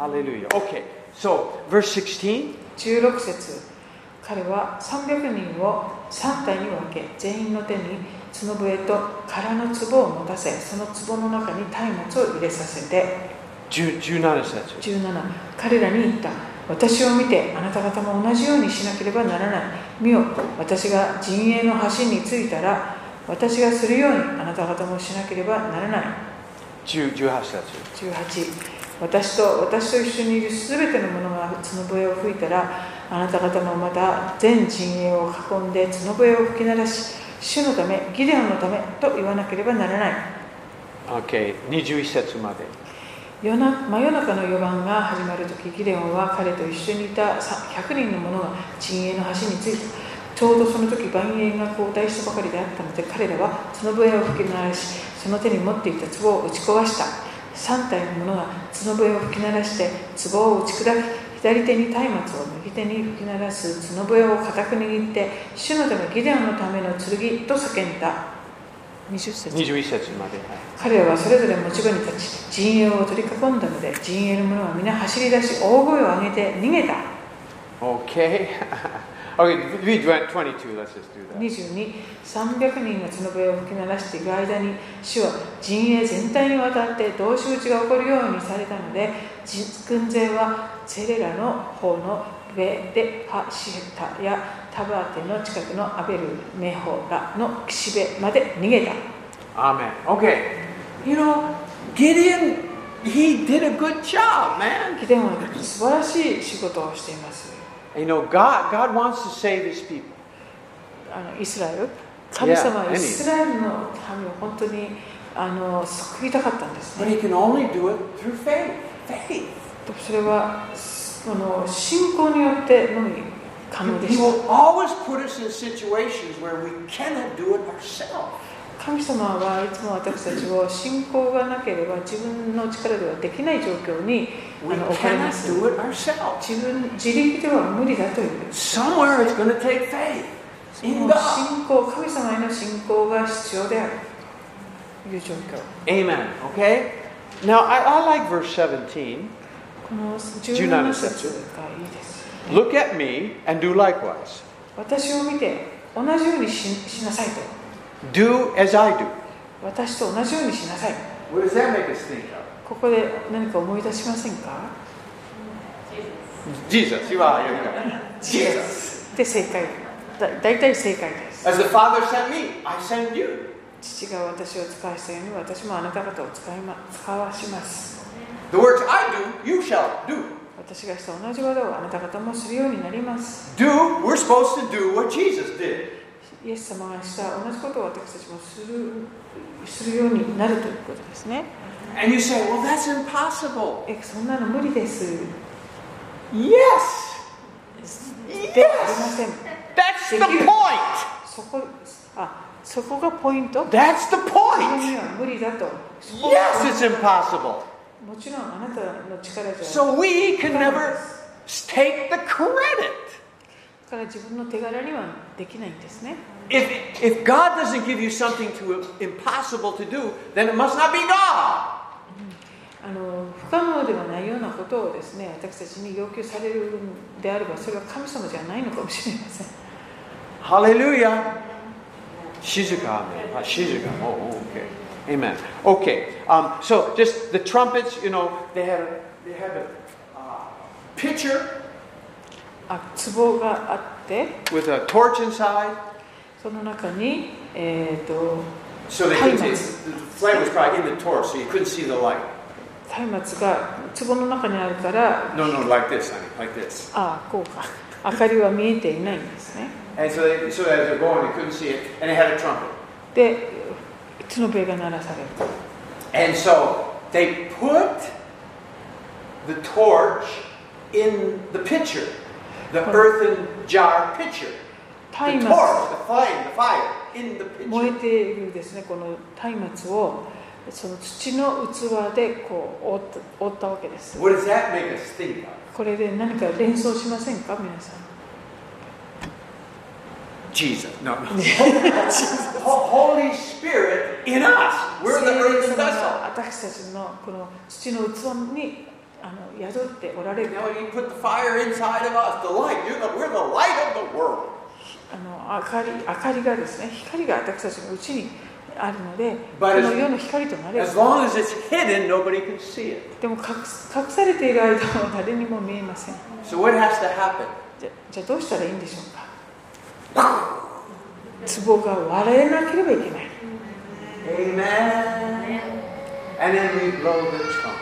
[SPEAKER 4] Hallelujah. Oh, Okay,
[SPEAKER 1] So, verse 16.
[SPEAKER 2] 16節彼は300人を3体に分け全員の手に角笛と空の壺を持たせその壺の中に松明を入れさせて
[SPEAKER 1] 10 17節。
[SPEAKER 2] 17彼らに言った私を見てあなた方も同じようにしなければならない見よ私が陣営の端に着いたら私がするようにあなた方もしなければならない
[SPEAKER 1] 10 18節。
[SPEAKER 2] 18私と私と一緒にいるすべての者が角笛を吹いたらあなた方もまた全陣営を囲んで角笛を吹き鳴らし主のためギデオンのためと言わなければならない
[SPEAKER 1] Okay, 21節まで。
[SPEAKER 2] 夜な真夜中の夜番が始まるときギデオンは彼と一緒にいたさ100人の者が陣営の端についたちょうどその時晩宴が交代したばかりであったので彼らは角笛を吹き鳴らしその手に持っていた壺を打ち壊した3体の者が角笛を吹き鳴らして壺を打ち砕き左手に松明を右手に吹き鳴らす角笛を固く握って主のためギデオンのための剣と叫んだ20節
[SPEAKER 1] 21節まで。はい
[SPEAKER 2] 彼らはそれぞれ持ち場に立ち陣営を取り囲んだので陣営の者は皆走り出し大声を上げて逃げた
[SPEAKER 1] Okay. okay, read 22. Let's just do that.
[SPEAKER 2] 22300人が角笛を吹き鳴らしている間に主は陣営全体にわたって同士討ちが起こるようにされたのでじ軍勢はセレラの方のベデハシヘタやタバテの近くのアベルメホラの岸辺まで逃げた
[SPEAKER 1] Amen. Okay.
[SPEAKER 4] you know, Gideon, he did a good job, man.
[SPEAKER 2] ギデオンは素晴らしい仕事をしています
[SPEAKER 1] You know, God, God wants to save his people.
[SPEAKER 2] あのイスラエル神様は
[SPEAKER 1] any.
[SPEAKER 2] イスラエルの民を本当にあの救いたかったんです
[SPEAKER 4] But
[SPEAKER 2] ね
[SPEAKER 4] he can only do it through faith. Faith.
[SPEAKER 2] でもそれはこの信仰によってのみ可能で
[SPEAKER 4] He
[SPEAKER 1] Um,
[SPEAKER 2] した
[SPEAKER 4] will always put us in situations where we cannot do it ourselves.
[SPEAKER 2] 神様はいつも私たちを信仰がなければ自分の力ではできない状況にあ
[SPEAKER 4] We
[SPEAKER 2] の置かれま
[SPEAKER 4] cannot
[SPEAKER 2] す
[SPEAKER 4] do it ourselves.
[SPEAKER 2] 自分自力では無理だという
[SPEAKER 4] Somewhere it's going to take faith
[SPEAKER 2] その
[SPEAKER 4] in God.
[SPEAKER 2] 信仰神様への信仰が必要であるという状況
[SPEAKER 1] Amen. Okay. Now, I, I like verse 17.
[SPEAKER 2] この
[SPEAKER 1] 17
[SPEAKER 2] 17節がいいです、
[SPEAKER 1] Look at me and do likewise.
[SPEAKER 2] 私を見て同じようにししなさいと
[SPEAKER 1] Do as I do.
[SPEAKER 2] 私と同じようにしなさい
[SPEAKER 4] What does that make us think of?
[SPEAKER 2] ここで何か思い出しませんか
[SPEAKER 1] Jesus, you are. Here you go.
[SPEAKER 4] Jesus.
[SPEAKER 2] で正解だ大体正解です
[SPEAKER 4] As the Father sent me, I send you.
[SPEAKER 2] 父が私を使わしたように私もあなた方を使い、ま、使わします
[SPEAKER 4] The works I do, you shall do.
[SPEAKER 2] 私がした同じ技をあなた方もするようになります
[SPEAKER 4] Do, we're supposed to do what Jesus did.
[SPEAKER 2] イエス様がした同じことを私たちもするするようになるということですね
[SPEAKER 4] And you say, well, that's impossible.
[SPEAKER 2] えそんなの無理ですで
[SPEAKER 4] Yes!
[SPEAKER 2] はありません
[SPEAKER 4] That's
[SPEAKER 2] the
[SPEAKER 4] point!
[SPEAKER 2] そこあそこがポイント
[SPEAKER 4] That's the
[SPEAKER 2] 自
[SPEAKER 4] point!
[SPEAKER 2] 分には無理だと
[SPEAKER 1] Yes, it's impossible.
[SPEAKER 2] もちろんあなたの力じゃ
[SPEAKER 4] So we can
[SPEAKER 2] で
[SPEAKER 4] never
[SPEAKER 2] す
[SPEAKER 4] take the credit.
[SPEAKER 2] だから自分の手柄にはできないんですね
[SPEAKER 4] If, if God doesn't give you something to impossible to do, then it must not be God.
[SPEAKER 2] あの不可能ではないようなことをですね私たちに要求されるんであればそれは神様じゃないのかもしれません
[SPEAKER 1] Hallelujah. Shizuka. amen. Ah, Shizuka. Oh, okay. Amen. Okay. Um, so just the trumpets, you know, they had a,
[SPEAKER 4] They have a uh, pitcher
[SPEAKER 2] あ壺があって
[SPEAKER 1] with a torch inside.
[SPEAKER 2] その中にえっ、と
[SPEAKER 4] So they
[SPEAKER 2] Flame.
[SPEAKER 4] could the flame was probably in the torch, so you couldn't see the light.
[SPEAKER 2] 松明が壺の中にあるから
[SPEAKER 4] No, no, like this, I mean, like this.
[SPEAKER 2] ああこうか明かりは見えていないんですね
[SPEAKER 4] And so, they, so as they're going, they couldn't see it, and they had a trumpet.
[SPEAKER 2] で角笛が鳴らされる
[SPEAKER 4] And so they put the torch in the pitcher, the earthen jar pitcher,
[SPEAKER 2] 松
[SPEAKER 4] the
[SPEAKER 2] 明
[SPEAKER 4] torch, the flame, the fire in the
[SPEAKER 2] 燃え
[SPEAKER 4] pitcher.
[SPEAKER 2] ているですねこの松明をその土の器でこう覆った覆ったわけです
[SPEAKER 4] What does that make us think of?
[SPEAKER 2] これで何か連想しませんか皆さん
[SPEAKER 4] Jesus. No. no. Ho- Holy Spirit in us. We're the
[SPEAKER 2] 聖霊
[SPEAKER 4] earthen
[SPEAKER 2] 様
[SPEAKER 4] vessel.
[SPEAKER 2] が私たちのこの土の器にあの宿っておられる
[SPEAKER 4] Now you put the fire inside of us, the light. You're the, we're the light of the world.
[SPEAKER 2] あの明かり明かりがですね光が私たちのうちにあるのでこ
[SPEAKER 4] But
[SPEAKER 2] の
[SPEAKER 4] as-
[SPEAKER 2] 世の光となれる
[SPEAKER 4] As long as it's hidden, nobody can see it.
[SPEAKER 2] でも隠す隠されている間は誰にも見えません
[SPEAKER 4] So what has to happen?
[SPEAKER 2] じゃじゃあどうしたらいいんでしょうか壺が割れなければいけない
[SPEAKER 4] Amen. And then we blow the trumpet.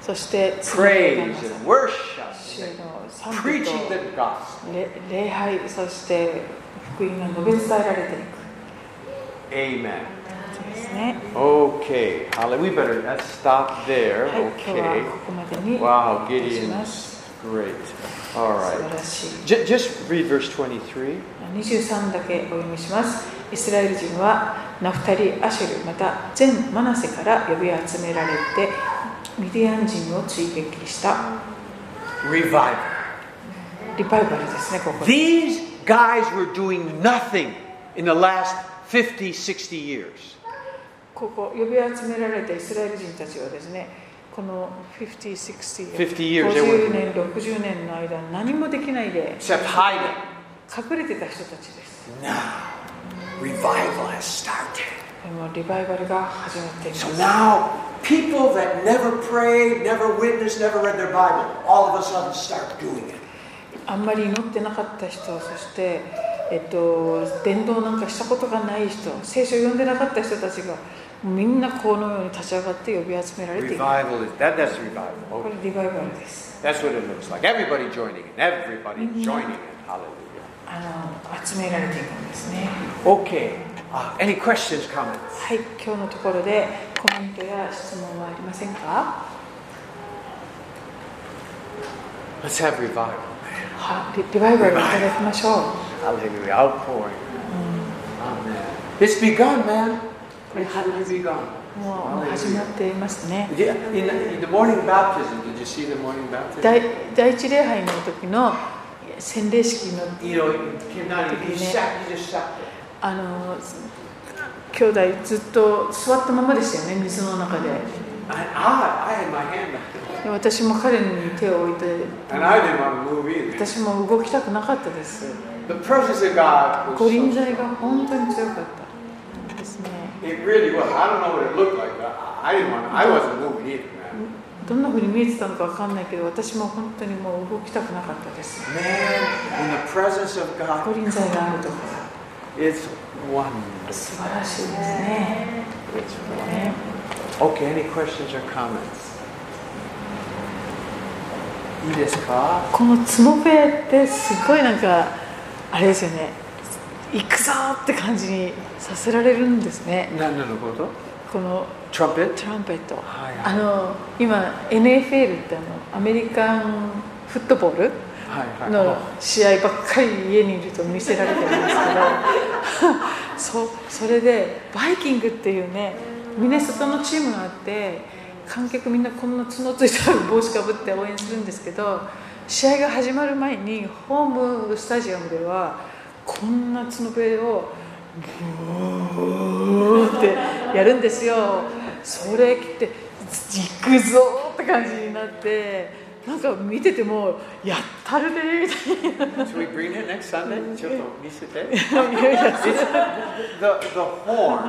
[SPEAKER 2] そして次の言葉の
[SPEAKER 4] Praise and worship.
[SPEAKER 2] 主の賛美
[SPEAKER 4] Preaching
[SPEAKER 2] と
[SPEAKER 4] the gospel.
[SPEAKER 2] れ礼拝そして福音が述べ伝えられていく
[SPEAKER 4] Amen.
[SPEAKER 2] そうですね
[SPEAKER 4] Okay, Holly, we better let's stop there.
[SPEAKER 2] はい、今日は
[SPEAKER 4] Okay.
[SPEAKER 2] ここまでに
[SPEAKER 4] Wow,
[SPEAKER 2] し
[SPEAKER 4] Gideon
[SPEAKER 2] ま
[SPEAKER 4] is
[SPEAKER 2] す
[SPEAKER 4] great. All
[SPEAKER 2] 素晴
[SPEAKER 4] right.
[SPEAKER 2] らしい
[SPEAKER 4] J- just read verse 23.
[SPEAKER 2] 23だけお読みしますイスラエル人はナフタリアシェルまた全マナセから呼び集められてミディアン人を追撃した
[SPEAKER 4] Revival.
[SPEAKER 2] リバイバルですねここで
[SPEAKER 4] These guys were doing nothing in the last 50, 60 years.
[SPEAKER 2] ここ呼び集められたイスラエル人たちはですねこの50、60
[SPEAKER 4] 50 years
[SPEAKER 2] 50年、60年の間何もできないで
[SPEAKER 4] Except hiding.
[SPEAKER 2] 隠れてた人たちです。
[SPEAKER 4] Now, revival has started.
[SPEAKER 2] でもリバイバルが始まっています
[SPEAKER 4] So。now, people that never prayed, never witnessed, never read their Bible, all of a sudden start doing it.
[SPEAKER 2] あんまり祈ってなかった人そして、えっと、伝道なんかしたことがない人聖書を読んでなかった人たちがみんなこのように立ち上がって呼び集められているこ
[SPEAKER 4] Revival is that. That's revival.
[SPEAKER 2] れ
[SPEAKER 4] Okay.
[SPEAKER 2] リバイバルです
[SPEAKER 4] That's what it looks like. Everybody joining in. Everybody joining in. Hallelujah.
[SPEAKER 2] あの集められていくんですね
[SPEAKER 4] Okay. Uh, any questions, comments?
[SPEAKER 2] はい今日のところでコメントや質問はありませんか
[SPEAKER 4] Let's have revival.
[SPEAKER 2] はリリバイバルをいただきましょう
[SPEAKER 4] Hallelujah. Outpouring. Amen. It's begun, man. It's really begun.
[SPEAKER 2] もうもう始まっていますね
[SPEAKER 4] Yeah, in the, in the morning baptism, did you see the morning baptism?
[SPEAKER 2] 第第一礼拝の時の洗礼式の
[SPEAKER 4] you know, he came down and he sat, he just sat there.
[SPEAKER 2] あの兄弟ずっと座ったままでしたよね水の中で
[SPEAKER 4] And I, I had my hand up.
[SPEAKER 2] で私も彼に手を置いて
[SPEAKER 4] And I didn't want to move either.
[SPEAKER 2] 私も動きたくなかったです
[SPEAKER 4] The presence of God was
[SPEAKER 2] ご臨
[SPEAKER 4] so,
[SPEAKER 2] 在が本当に強かったですね
[SPEAKER 4] it really was. I don't know what it looked like, but I I didn't want to, I wasn't moving either, man.
[SPEAKER 2] どんな風に見えてたのか分かんないけど私も本当にもう動きたくなかったです
[SPEAKER 4] Man, in the presence of
[SPEAKER 2] ご
[SPEAKER 4] God,
[SPEAKER 2] 臨在があるとこ
[SPEAKER 4] it's wonderful.
[SPEAKER 2] 素晴らしいですね
[SPEAKER 4] It's wonderful.
[SPEAKER 2] ね
[SPEAKER 4] Okay, any questions or comments? いいですか
[SPEAKER 2] このつもべってすごいなんかあれですよね行くぞーって感じにさせられるんですね
[SPEAKER 4] 何のこと
[SPEAKER 2] この
[SPEAKER 4] トランペット
[SPEAKER 2] トランペット、
[SPEAKER 4] はいはい
[SPEAKER 2] あの今 NFL ってあのアメリカンフットボール
[SPEAKER 4] はいはい
[SPEAKER 2] の試合ばっかり家にいると見せられてるんですけどそそれでバイキングっていうねミネソタのチームがあって観客みんなこんな角ついた帽子かぶって応援するんですけど試合が始まる前にホームスタジアムではこんな角笛をブーってやるんですよそれ切って行くぞーって感じになってなんか見ててもやったるねーみたいな。
[SPEAKER 4] Oh, Should we bring it next Sunday? ちょっと見せ
[SPEAKER 2] い
[SPEAKER 4] て。
[SPEAKER 2] やいや
[SPEAKER 4] The, the horn,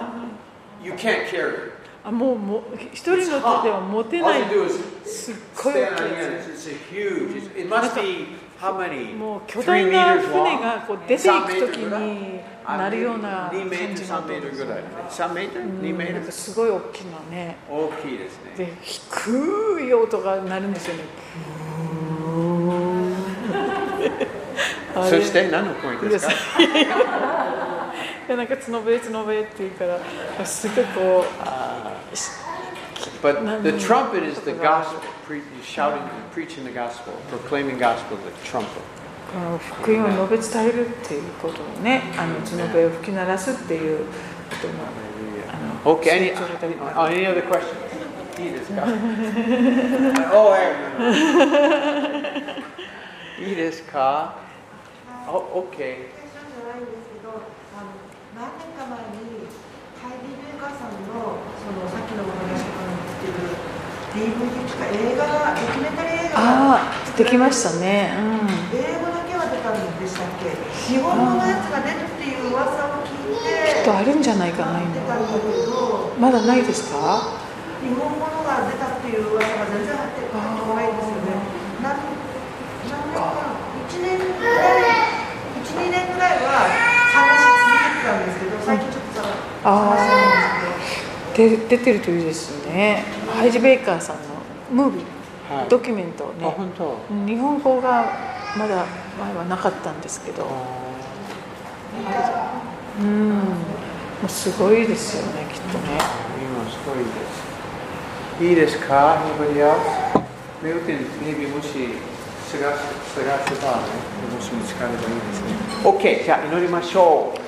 [SPEAKER 4] you can't carry it.
[SPEAKER 2] あもうも一人の手では持て
[SPEAKER 4] All
[SPEAKER 2] な
[SPEAKER 4] you
[SPEAKER 2] い
[SPEAKER 4] do is
[SPEAKER 2] すっごい
[SPEAKER 4] stand
[SPEAKER 2] 大き
[SPEAKER 4] on
[SPEAKER 2] いや
[SPEAKER 4] the end. It's, it's a huge, it's, it must be, how many?
[SPEAKER 2] つもう巨
[SPEAKER 4] Three
[SPEAKER 2] 大な
[SPEAKER 4] meters
[SPEAKER 2] 船
[SPEAKER 4] long?
[SPEAKER 2] がこう出ていく時に
[SPEAKER 4] Ah,
[SPEAKER 2] なるような
[SPEAKER 4] 2
[SPEAKER 2] 感
[SPEAKER 4] メート
[SPEAKER 2] じ
[SPEAKER 4] ル、
[SPEAKER 2] の
[SPEAKER 4] 3メートルぐらい。3メートル
[SPEAKER 2] うん
[SPEAKER 4] ?2 メ
[SPEAKER 2] な
[SPEAKER 4] ー
[SPEAKER 2] ん
[SPEAKER 4] ト
[SPEAKER 2] か
[SPEAKER 4] ル
[SPEAKER 2] すごい大きなね
[SPEAKER 4] 大きいですね。
[SPEAKER 2] で低い音が鳴るんですよねブーンあれ
[SPEAKER 4] そして何のポイントですか
[SPEAKER 2] でなんか角笛角笛って言うからすごいこう
[SPEAKER 4] But the trumpet is the
[SPEAKER 2] Mm.
[SPEAKER 4] gospel, pre- shouting, preaching the gospel, proclaiming gospel, the trumpet.
[SPEAKER 2] この福音を述べ伝えるっていうことをね、あの血の笛を吹き鳴らすっていうことの、あの
[SPEAKER 4] Okay, any,
[SPEAKER 2] 成長のため
[SPEAKER 4] any,
[SPEAKER 2] に
[SPEAKER 4] any other questions? oh, wait. a minute. Iidesu-ka? Oh, okay.
[SPEAKER 5] 最初じゃないんですけど、あの何年か前にカイリー・ベーカーさんのそのさっきのお話とかに出てる DVD とか映画、ドキュメンタリー映画が
[SPEAKER 2] ああ、できましたね。
[SPEAKER 5] 英語だけは出たんでしたっけ？日本語のやつが出るっていう噂を聞
[SPEAKER 2] う
[SPEAKER 5] い、
[SPEAKER 2] ん。きってとあるんじゃないかな、
[SPEAKER 5] 待ってたん
[SPEAKER 2] 今。
[SPEAKER 5] だけど、
[SPEAKER 2] まだないですか
[SPEAKER 5] 日本語のが出たっていう噂が全然入ってこないんですよね。なんなんだか1年ぐらい、1、2年ぐらいは探し続けてたんですけど、最近ちょっと探
[SPEAKER 2] あー
[SPEAKER 5] 探してないんですけど。
[SPEAKER 2] で出てるといいですね。ハイジ・ベイカーさんのムービー、
[SPEAKER 4] はい
[SPEAKER 2] ドキュメントね。
[SPEAKER 4] あ本当
[SPEAKER 2] 日本語がまだ前はなかったんですけど、うん、もうすごいですよね、きっとね。
[SPEAKER 4] 今すごいです。いいですか Anybody else? 目打って、maybeもし、探せばね、もし見つかればいいですね。OK、じゃあ祈りましょう。